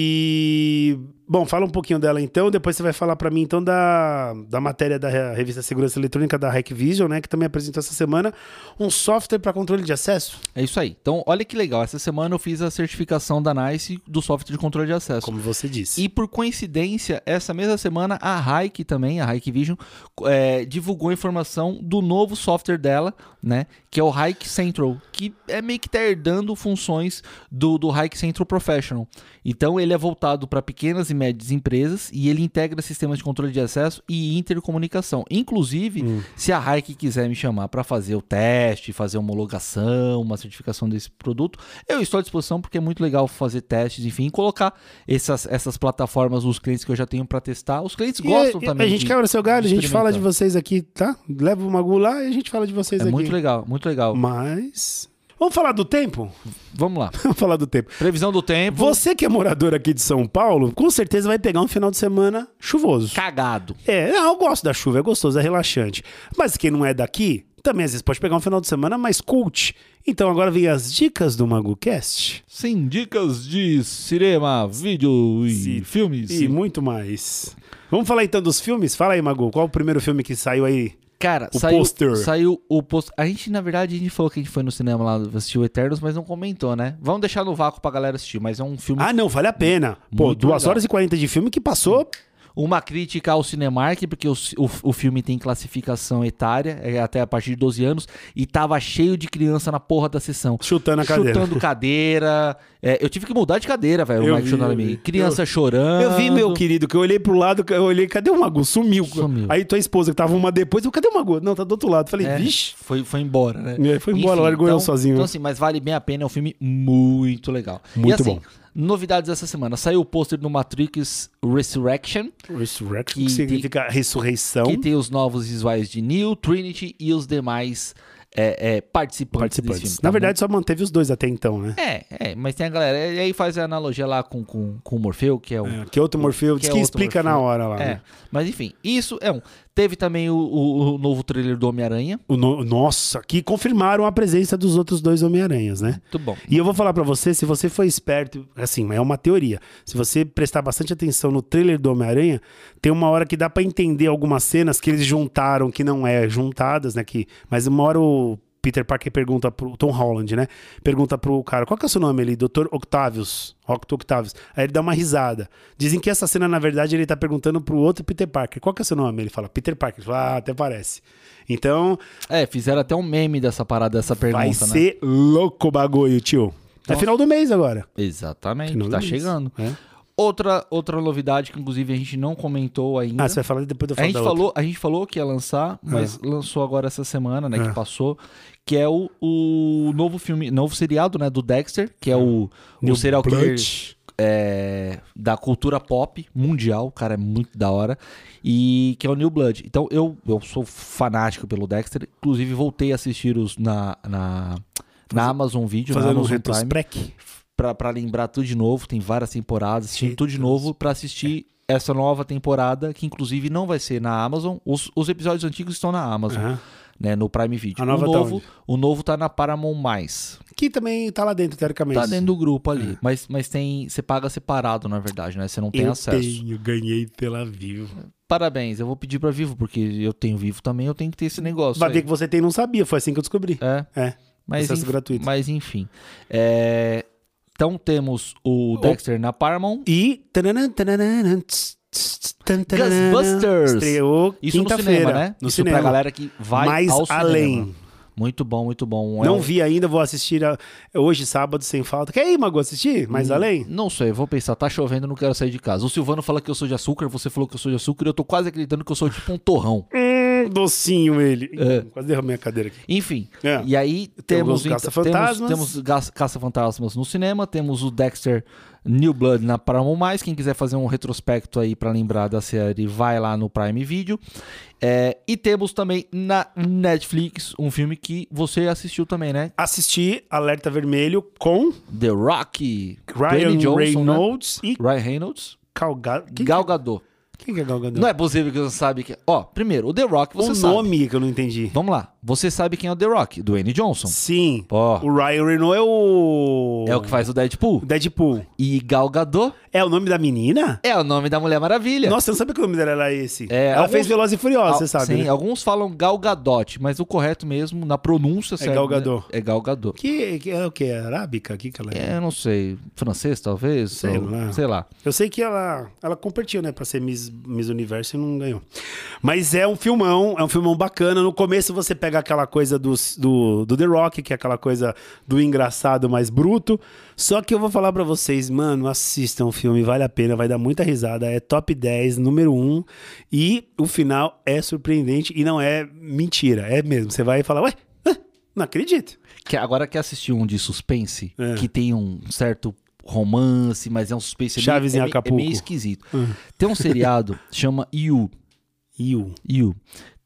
E. Bom, fala um pouquinho dela então, depois você vai falar pra mim então da, da matéria da re- revista Segurança Eletrônica da Hackvision, né, que também apresentou essa semana um software pra controle de acesso.
É isso aí. Então, olha que legal. Essa semana eu fiz a certificação da NICE do software de controle de acesso.
Como você disse.
E por coincidência, essa mesma semana, a Hike também, a Hike Vision, é, divulgou informação do novo software dela, né? Que é o Hike Central, que é meio que tá herdando funções do, do Hike Central Professional. Então ele é voltado para pequenas e médias empresas e ele integra sistemas de controle de acesso e intercomunicação. Inclusive, se a Hike quiser me chamar para fazer o teste, fazer uma homologação, uma certificação desse produto, eu estou à disposição porque é muito legal fazer testes, enfim, e colocar essas, essas plataformas nos clientes que eu já tenho para testar. Os clientes gostam
E- e
também.
A gente
de-
quebra seu galho, a gente fala de
experimentar.
vocês aqui, tá? Leva o Magu lá e a gente fala de vocês
É
aqui.
muito legal, muito legal.
Mas. Vamos falar do tempo?
Vamos lá.
Vamos falar do tempo.
Previsão do tempo.
Você que é morador aqui de São Paulo, com certeza vai pegar um final de semana chuvoso.
Cagado.
É, não, eu gosto da chuva, é gostoso, é relaxante. Mas quem não é daqui, Também às vezes pode pegar um final de semana mais cult. Então agora vem as dicas do MaguCast.
Sim, dicas de cinema, vídeo e
Sim.
filmes.
E muito mais. Vamos falar então dos filmes? Fala aí, Magu, qual o primeiro filme que saiu aí?
Cara,
O
saiu,
pôster.
saiu o pôster. A gente, na verdade, a gente falou que a gente foi no cinema lá assistir o Eternos, mas não comentou, né? Vamos deixar no vácuo pra galera assistir, mas é um filme.
Ah, não, vale a pena. Pô,
Muito
2
legal.
horas e 40 de filme que passou.
Uma crítica ao Cinemark, porque o, ci- o, o filme tem classificação etária, é até a partir de 12 anos, e tava cheio de criança na porra da sessão.
Chutando a cadeira.
Chutando cadeira. É, eu tive que mudar de cadeira, velho.
Eu
O Mike
vi,
Shonara
eu
me-
vi.
Criança chorando.
Eu vi, meu querido, que eu olhei pro lado, eu olhei, cadê o Magu? Sumiu.
Sumiu.
Aí tua esposa, que tava uma depois, eu, cadê o Magu? Não, tá do outro lado. Falei,
É,
vixe.
Foi, foi embora, né?
É, foi embora, largou eu sozinho.
Então, assim, mas vale bem a pena, é um filme muito legal. e,
Muito
assim,
bom.
Novidades dessa semana. Saiu o pôster do Matrix Resurrection,
Resurrection,
então, Que
que
tem-
significa ressurreição.
que tem os novos visuais de Neo, Trinity e os demais é, é, participantes, desse
participantes.
filme.
Na
Tá
verdade, só manteve os dois até então, né?
muito- É, é, mas tem a galera. E aí faz a analogia lá com, com, com o Morfeu, que é o.
É, que outro Morfeu,
Que
diz
é
que
outro
explica na
Morfeu.
hora lá.
É,
né?
mas enfim, isso é um. Teve também o, o- o novo trailer do Homem-Aranha.
O no- Nossa, que confirmaram a presença dos outros dois Homem-Aranhas, né?
Muito bom.
E eu vou falar pra você, se você for esperto, assim, é uma teoria. Se você prestar bastante atenção no trailer do Homem-Aranha, tem uma hora que dá pra entender algumas cenas que eles juntaram, que não é juntadas, né? Que, mas uma hora o Peter Parker pergunta pro Tom Holland, né? Pergunta pro cara, qual que é o seu nome ali? Dr. Octavius. Octo Octavius. Aí ele dá uma risada. Dizem que essa cena, na verdade, ele tá perguntando pro outro Peter Parker, qual que é o seu nome? Ele fala, Peter Parker. Ele fala, ah, até parece. Então,
É, fizeram até um meme dessa parada, dessa pergunta,
vai
né?
ser louco o bagulho, tio. É
Nossa.
final do mês agora.
Exatamente,
Final do
tá
mês.
chegando.
É.
Outra, outra novidade que, inclusive, a gente não comentou ainda.
Ah, você vai falar depois do
a,
falo
gente
da outra. Ah.
falou, a gente falou que ia lançar, mas lançou agora essa semana, né? Que
É.
passou. Que é o, o novo filme, novo seriado, né? Do Dexter, que é o, o
New
serial killer
Blood.
é, da cultura pop mundial. O cara é muito da hora. E que é o New Blood. Então, eu, eu sou fanático pelo Dexter. Inclusive, voltei a assistir os na, na, na Amazon Video, na
Fazendo um
Amazon Prime.
retrospec.
Pra pra lembrar tudo de novo, tem várias temporadas, assistindo tudo de
Títulos.
novo pra assistir essa nova temporada, que inclusive não vai ser na Amazon. Os, os episódios antigos estão na Amazon,
Aham.
né, no Prime Video.
A nova
o
tá
novo,
onde?
o novo tá na Paramount+. Mais.
Que também tá lá dentro, teoricamente.
Tá dentro do grupo ali, mas mas tem, você paga separado, na verdade, né? Você não tem
É. eu
acesso.
tenho, ganhei pela Vivo.
Parabéns, eu vou pedir pra Vivo, porque eu tenho Vivo também, eu tenho que ter esse negócio
Vai
aí.
ver que você tem e não sabia, foi assim que eu descobri.
É,
É,
mas
acesso
enfim,
gratuito.
mas enfim. É, então temos o Dexter na Paramount,
E... tananã, tananã, tss, tss, tss, tan, tananã,
Ghostbusters.
Estreou
Isso no cinema,
quinta-feira.
né?
No
Isso
cinema.
pra galera que vai
Mais
ao
além.
cinema. Muito bom, muito bom. É
Não
um-
vi ainda, vou assistir a- hoje, sábado, sem falta. Quer ir, Mago, assistir? Mais
Hum.
além?
Não sei, vou pensar, tá chovendo, não quero sair de casa. O Silvano fala que eu sou de açúcar, você falou que eu sou de açúcar, e eu tô quase acreditando que eu sou tipo um torrão.
Hum, docinho ele. Ih, Quase derramei a cadeira aqui.
Enfim,
É.
É. e aí temos,
os
então-
caça-fantasmas.
temos, temos ga- caça-fantasmas no cinema, temos o Dexter New Blood na Paramount+, Mais. quem quiser fazer um retrospecto aí pra lembrar da série, vai lá no Prime Video. É, e temos também na Netflix um filme que você assistiu também, né?
Assisti Alerta Vermelho com
The Rock,
Ryan
Dwayne Johnson, né?
Reynolds e
Ryan Reynolds,
Gal Gadot. Quem,
Gal Gadot.
quem que é Gal Gadot?
Não é possível que você sabe que... Ó, primeiro, o The Rock você
o
sabe.
nome que eu não entendi.
Vamos lá. Você sabe quem é o The Rock? Dwayne Johnson.
Sim.
Ó,
O Ryan Reynolds é o...
é o que faz o Deadpool.
Deadpool.
E Gal Gadot
É o nome da menina?
é o nome da Mulher Maravilha.
Nossa, eu não sabia que o nome dela era esse.
É,
Ela
alguns-
fez Veloz e Furiosa,
Al-
você sabe,
Sim,
né?
alguns falam Gal Gadot, mas o correto mesmo, na pronúncia certa,
Gal
né?
Gadot.
É Gal Gadot.
Que, que é o quê? Arábica? Que que ela é?
É, eu não sei, francês talvez?
Sei
ou-
lá.
Sei lá.
Eu sei que ela, ela competiu, né, pra ser Miss, Miss Universo e não ganhou. Mas é um filmão, é um filmão bacana. No começo você pega aquela coisa dos- do, do The Rock, que é aquela coisa do engraçado mais bruto. Só que eu vou falar pra vocês, mano, assistam o filme, vale a pena, vai dar muita risada. É top 10, número 1. E o final é surpreendente e não é mentira, é mesmo. Você vai falar, ué, hã? não acredito.
Que agora quer assistir um de suspense,
É.
que tem um certo romance, mas é um suspense meio-
Chaves em
é meio, é
Acapulco. É.
meio esquisito. Tem um seriado chama You,
E o...
You.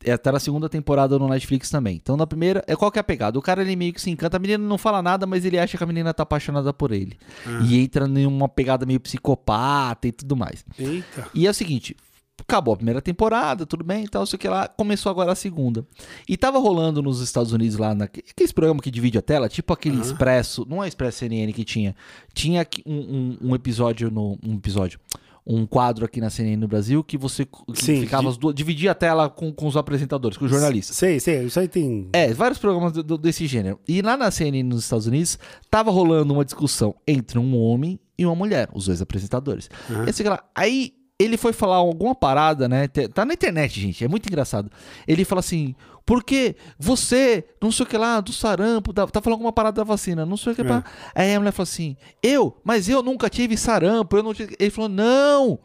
É, tá na segunda temporada no Netflix também. Então na primeira, é qual que é a pegada? O cara ele meio que se encanta, a menina não fala nada, mas ele acha que a menina tá apaixonada por ele.
É.
E entra numa pegada meio psicopata e tudo mais.
Eita.
E é o seguinte, acabou a primeira temporada, tudo bem e tal, sei o que lá. Começou agora a segunda. E tava rolando nos Estados Unidos lá, na, aqueles programas que divide a tela, tipo aquele Expresso, não é Expresso CNN que tinha. Tinha aqui um, um- um episódio no. Um episódio. Um quadro aqui na CNN no Brasil que você que
Sim,
ficava
di-
as duas- dividia a tela com, com os apresentadores, com os jornalistas.
Sei, sei, isso aí tem.
É, vários programas do- do- desse gênero. E lá na CNN nos Estados Unidos, tava rolando uma discussão entre um homem e uma mulher, os dois apresentadores.
Aham.
E assim, lá, aí ele foi falar alguma parada, né? te- Tá na internet, gente, é muito engraçado. Ele fala assim, porque você, não sei o que lá, do sarampo, da- tá falando alguma parada da vacina, não sei o que lá. Aí a mulher falou assim, eu? Mas eu nunca tive sarampo, eu não tive... Ele falou, não,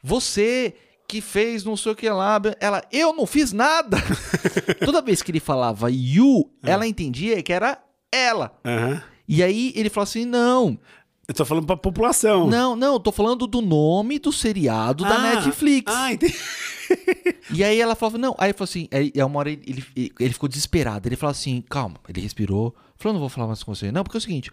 você que fez não sei o que lá. Ela, eu não fiz nada. Toda vez que ele falava you,
É.
ela entendia que era ela.
Aham.
E aí ele falou assim: não,
Eu tô falando pra população.
não, não, eu tô falando do nome do seriado da
Ah,
Netflix.
Ah, entendi.
E aí ela falava, não. Aí ele falou assim, aí aí uma hora ele, ele, ele ficou desesperado. Ele falou assim, calma, ele respirou. Falou, não vou falar mais com você. Não, porque é o seguinte,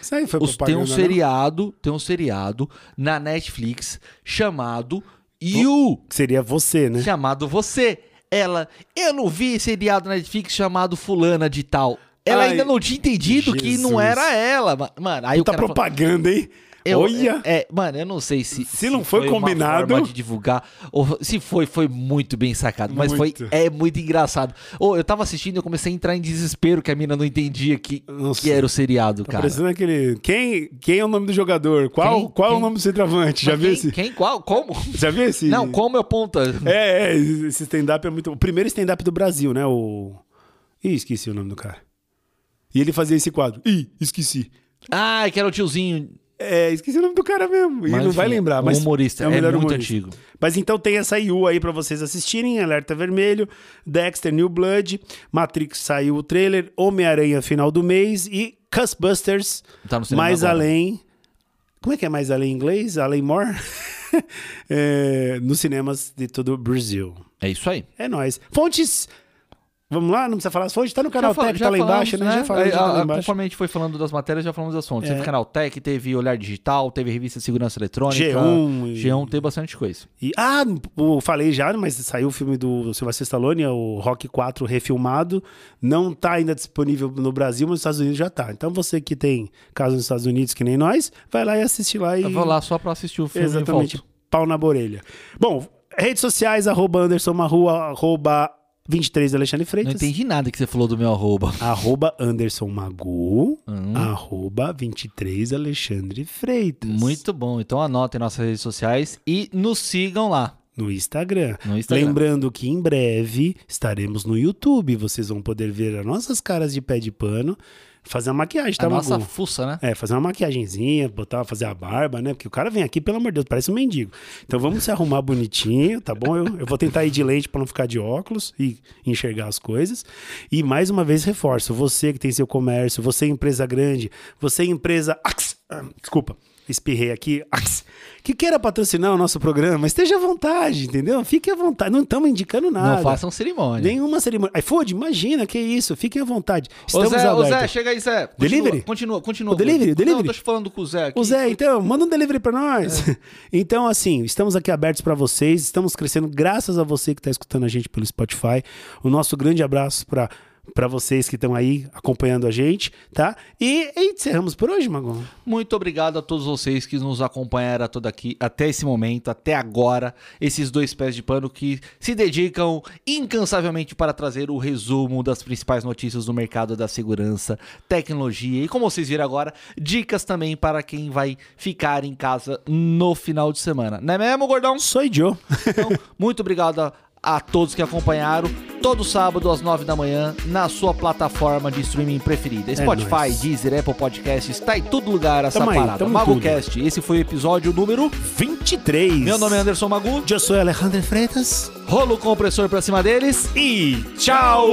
Isso aí foi
os- tem um
propaganda, né?
seriado, tem um seriado na Netflix chamado You.
Que Seria você, né?
chamado Você. Ela, eu não vi seriado na Netflix chamado Fulana de Tal. Ela
Ai,
ainda não tinha entendido que não
Jesus.
era ela. ma- Mano, aí
Puta
o cara falou,
tá propaganda, hein?
eu,
Olha!
É, é, mano, eu não sei se.
Se não foi combinado-
Uma forma de divulgar. Ou se foi, foi muito bem sacado. Mas foi.
Muito.
É muito engraçado. Ou eu tava assistindo e eu comecei a entrar em desespero que a mina não entendia que,
Nossa.
que era o seriado,
Tá
cara.
parecendo aquele. Quem, quem é o nome do jogador? Qual,
Quem?
qual é
Quem?
o nome do centroavante? Já
Mas
viu
quem,
esse?
quem? Qual? Como?
Já viu esse?
Não, como eu ponta.
É, é, esse stand-up é muito. O primeiro stand-up do Brasil, né? O. Ih, esqueci o nome do cara. E ele fazia esse quadro. Ih, esqueci.
Ah, que era o tiozinho.
É, esqueci o nome do cara mesmo. e não
enfim,
vai lembrar,
um
mas.
humorista,
o
é
melhor
muito
humorista.
antigo.
Mas então tem essa IU aí pra vocês assistirem: Alerta Vermelho, Dexter New Blood, Matrix saiu o trailer, Homem-Aranha final do mês e Cussbusters
Tá no cinema
Mais
agora.
Além. Como é que é Mais Além em inglês? Além More? É, nos cinemas de todo o Brasil.
É isso aí.
É nóis. Fontes. Vamos lá, não precisa falar as fontes. Tá no
Já
canal
fala-
Tech,
já
tá lá
falamos,
embaixo, né? Já falamos, já tá
Ah,
lá
ah,
embaixo. É.
Conforme a gente foi falando das matérias, já falamos das fontes. Teve Canal Tech, teve Olhar Digital, teve Revista de Segurança Eletrônica.
G1 e-
G1 teve bastante coisa.
E- ah, eu falei já, mas saiu o filme do Sylvester Stallone, é o Rock 4 refilmado. Não tá ainda disponível no Brasil, mas nos Estados Unidos já tá. Então você que tem casa nos Estados Unidos, que nem nós, vai lá e assiste lá e.
Eu vou lá só pra assistir o filme e
Exatamente.
volto.
Pau na orelha. Bom, redes sociais, arroba Anderson Marrua, arroba 23 Alexandre
Não
Freitas.
entendi nada que você falou do meu arroba.
Arroba Anderson Magu,
Hum.
arroba 23 Alexandre Freitas.
Muito bom. Então anotem nossas redes sociais e nos sigam lá
No Instagram.
no Instagram.
Lembrando que em breve estaremos no YouTube. Vocês vão poder ver as nossas caras de pé de pano, fazer a maquiagem, tá,
a nossa
Magu?
fuça, né?
É, fazer uma maquiagenzinha, botar, fazer a barba, né? Porque o cara vem aqui, pelo amor de Deus, parece um mendigo. Então vamos se arrumar bonitinho, tá bom? Eu, eu vou tentar ir de lente pra não ficar de óculos e enxergar as coisas. E mais uma vez reforço, você que tem seu comércio, você empresa grande, você empresa... Ax! Ah, Desculpa, espirrei aqui. Ax! Que queira patrocinar o nosso programa, esteja à vontade, entendeu? Fique à vontade, não estamos indicando nada.
Não façam cerimônia.
Nenhuma cerimônia. iFood, imagina, que isso, fiquem à vontade.
Ô
Estamos
Zé, ô
abertos.
Zé, chega aí, Zé. Continua,
Delivery?
Continua, continua.
O delivery, o delivery?
Não, eu tô falando com o Zé aqui.
Ô Zé, então, manda um delivery pra nós.
É.
Então, assim, estamos aqui abertos pra vocês, estamos crescendo graças a você que tá escutando a gente pelo Spotify. O nosso grande abraço pra para vocês que estão aí acompanhando a gente, tá? E, e encerramos por hoje, Magon.
Muito obrigado a todos vocês que nos acompanharam todo aqui até esse momento, até agora. Esses dois pés de pano que se dedicam incansavelmente para trazer o resumo das principais notícias do mercado da segurança, tecnologia e, como vocês viram agora, dicas também para quem vai ficar em casa no final de semana. Não é mesmo, gordão?
Sou Joe.
Então, muito obrigado a, a todos que acompanharam. Todo sábado às 9 da manhã na sua plataforma de streaming preferida. Spotify,
É nóis.
Deezer, Apple Podcasts, tá em todo lugar essa
Tamo aí,
parada.
tamo em
MagoCast, esse foi o episódio número.
23.
Meu nome é Anderson Magu.
Eu sou Alejandro Freitas.
Rolo compressor pra cima deles.
E tchau!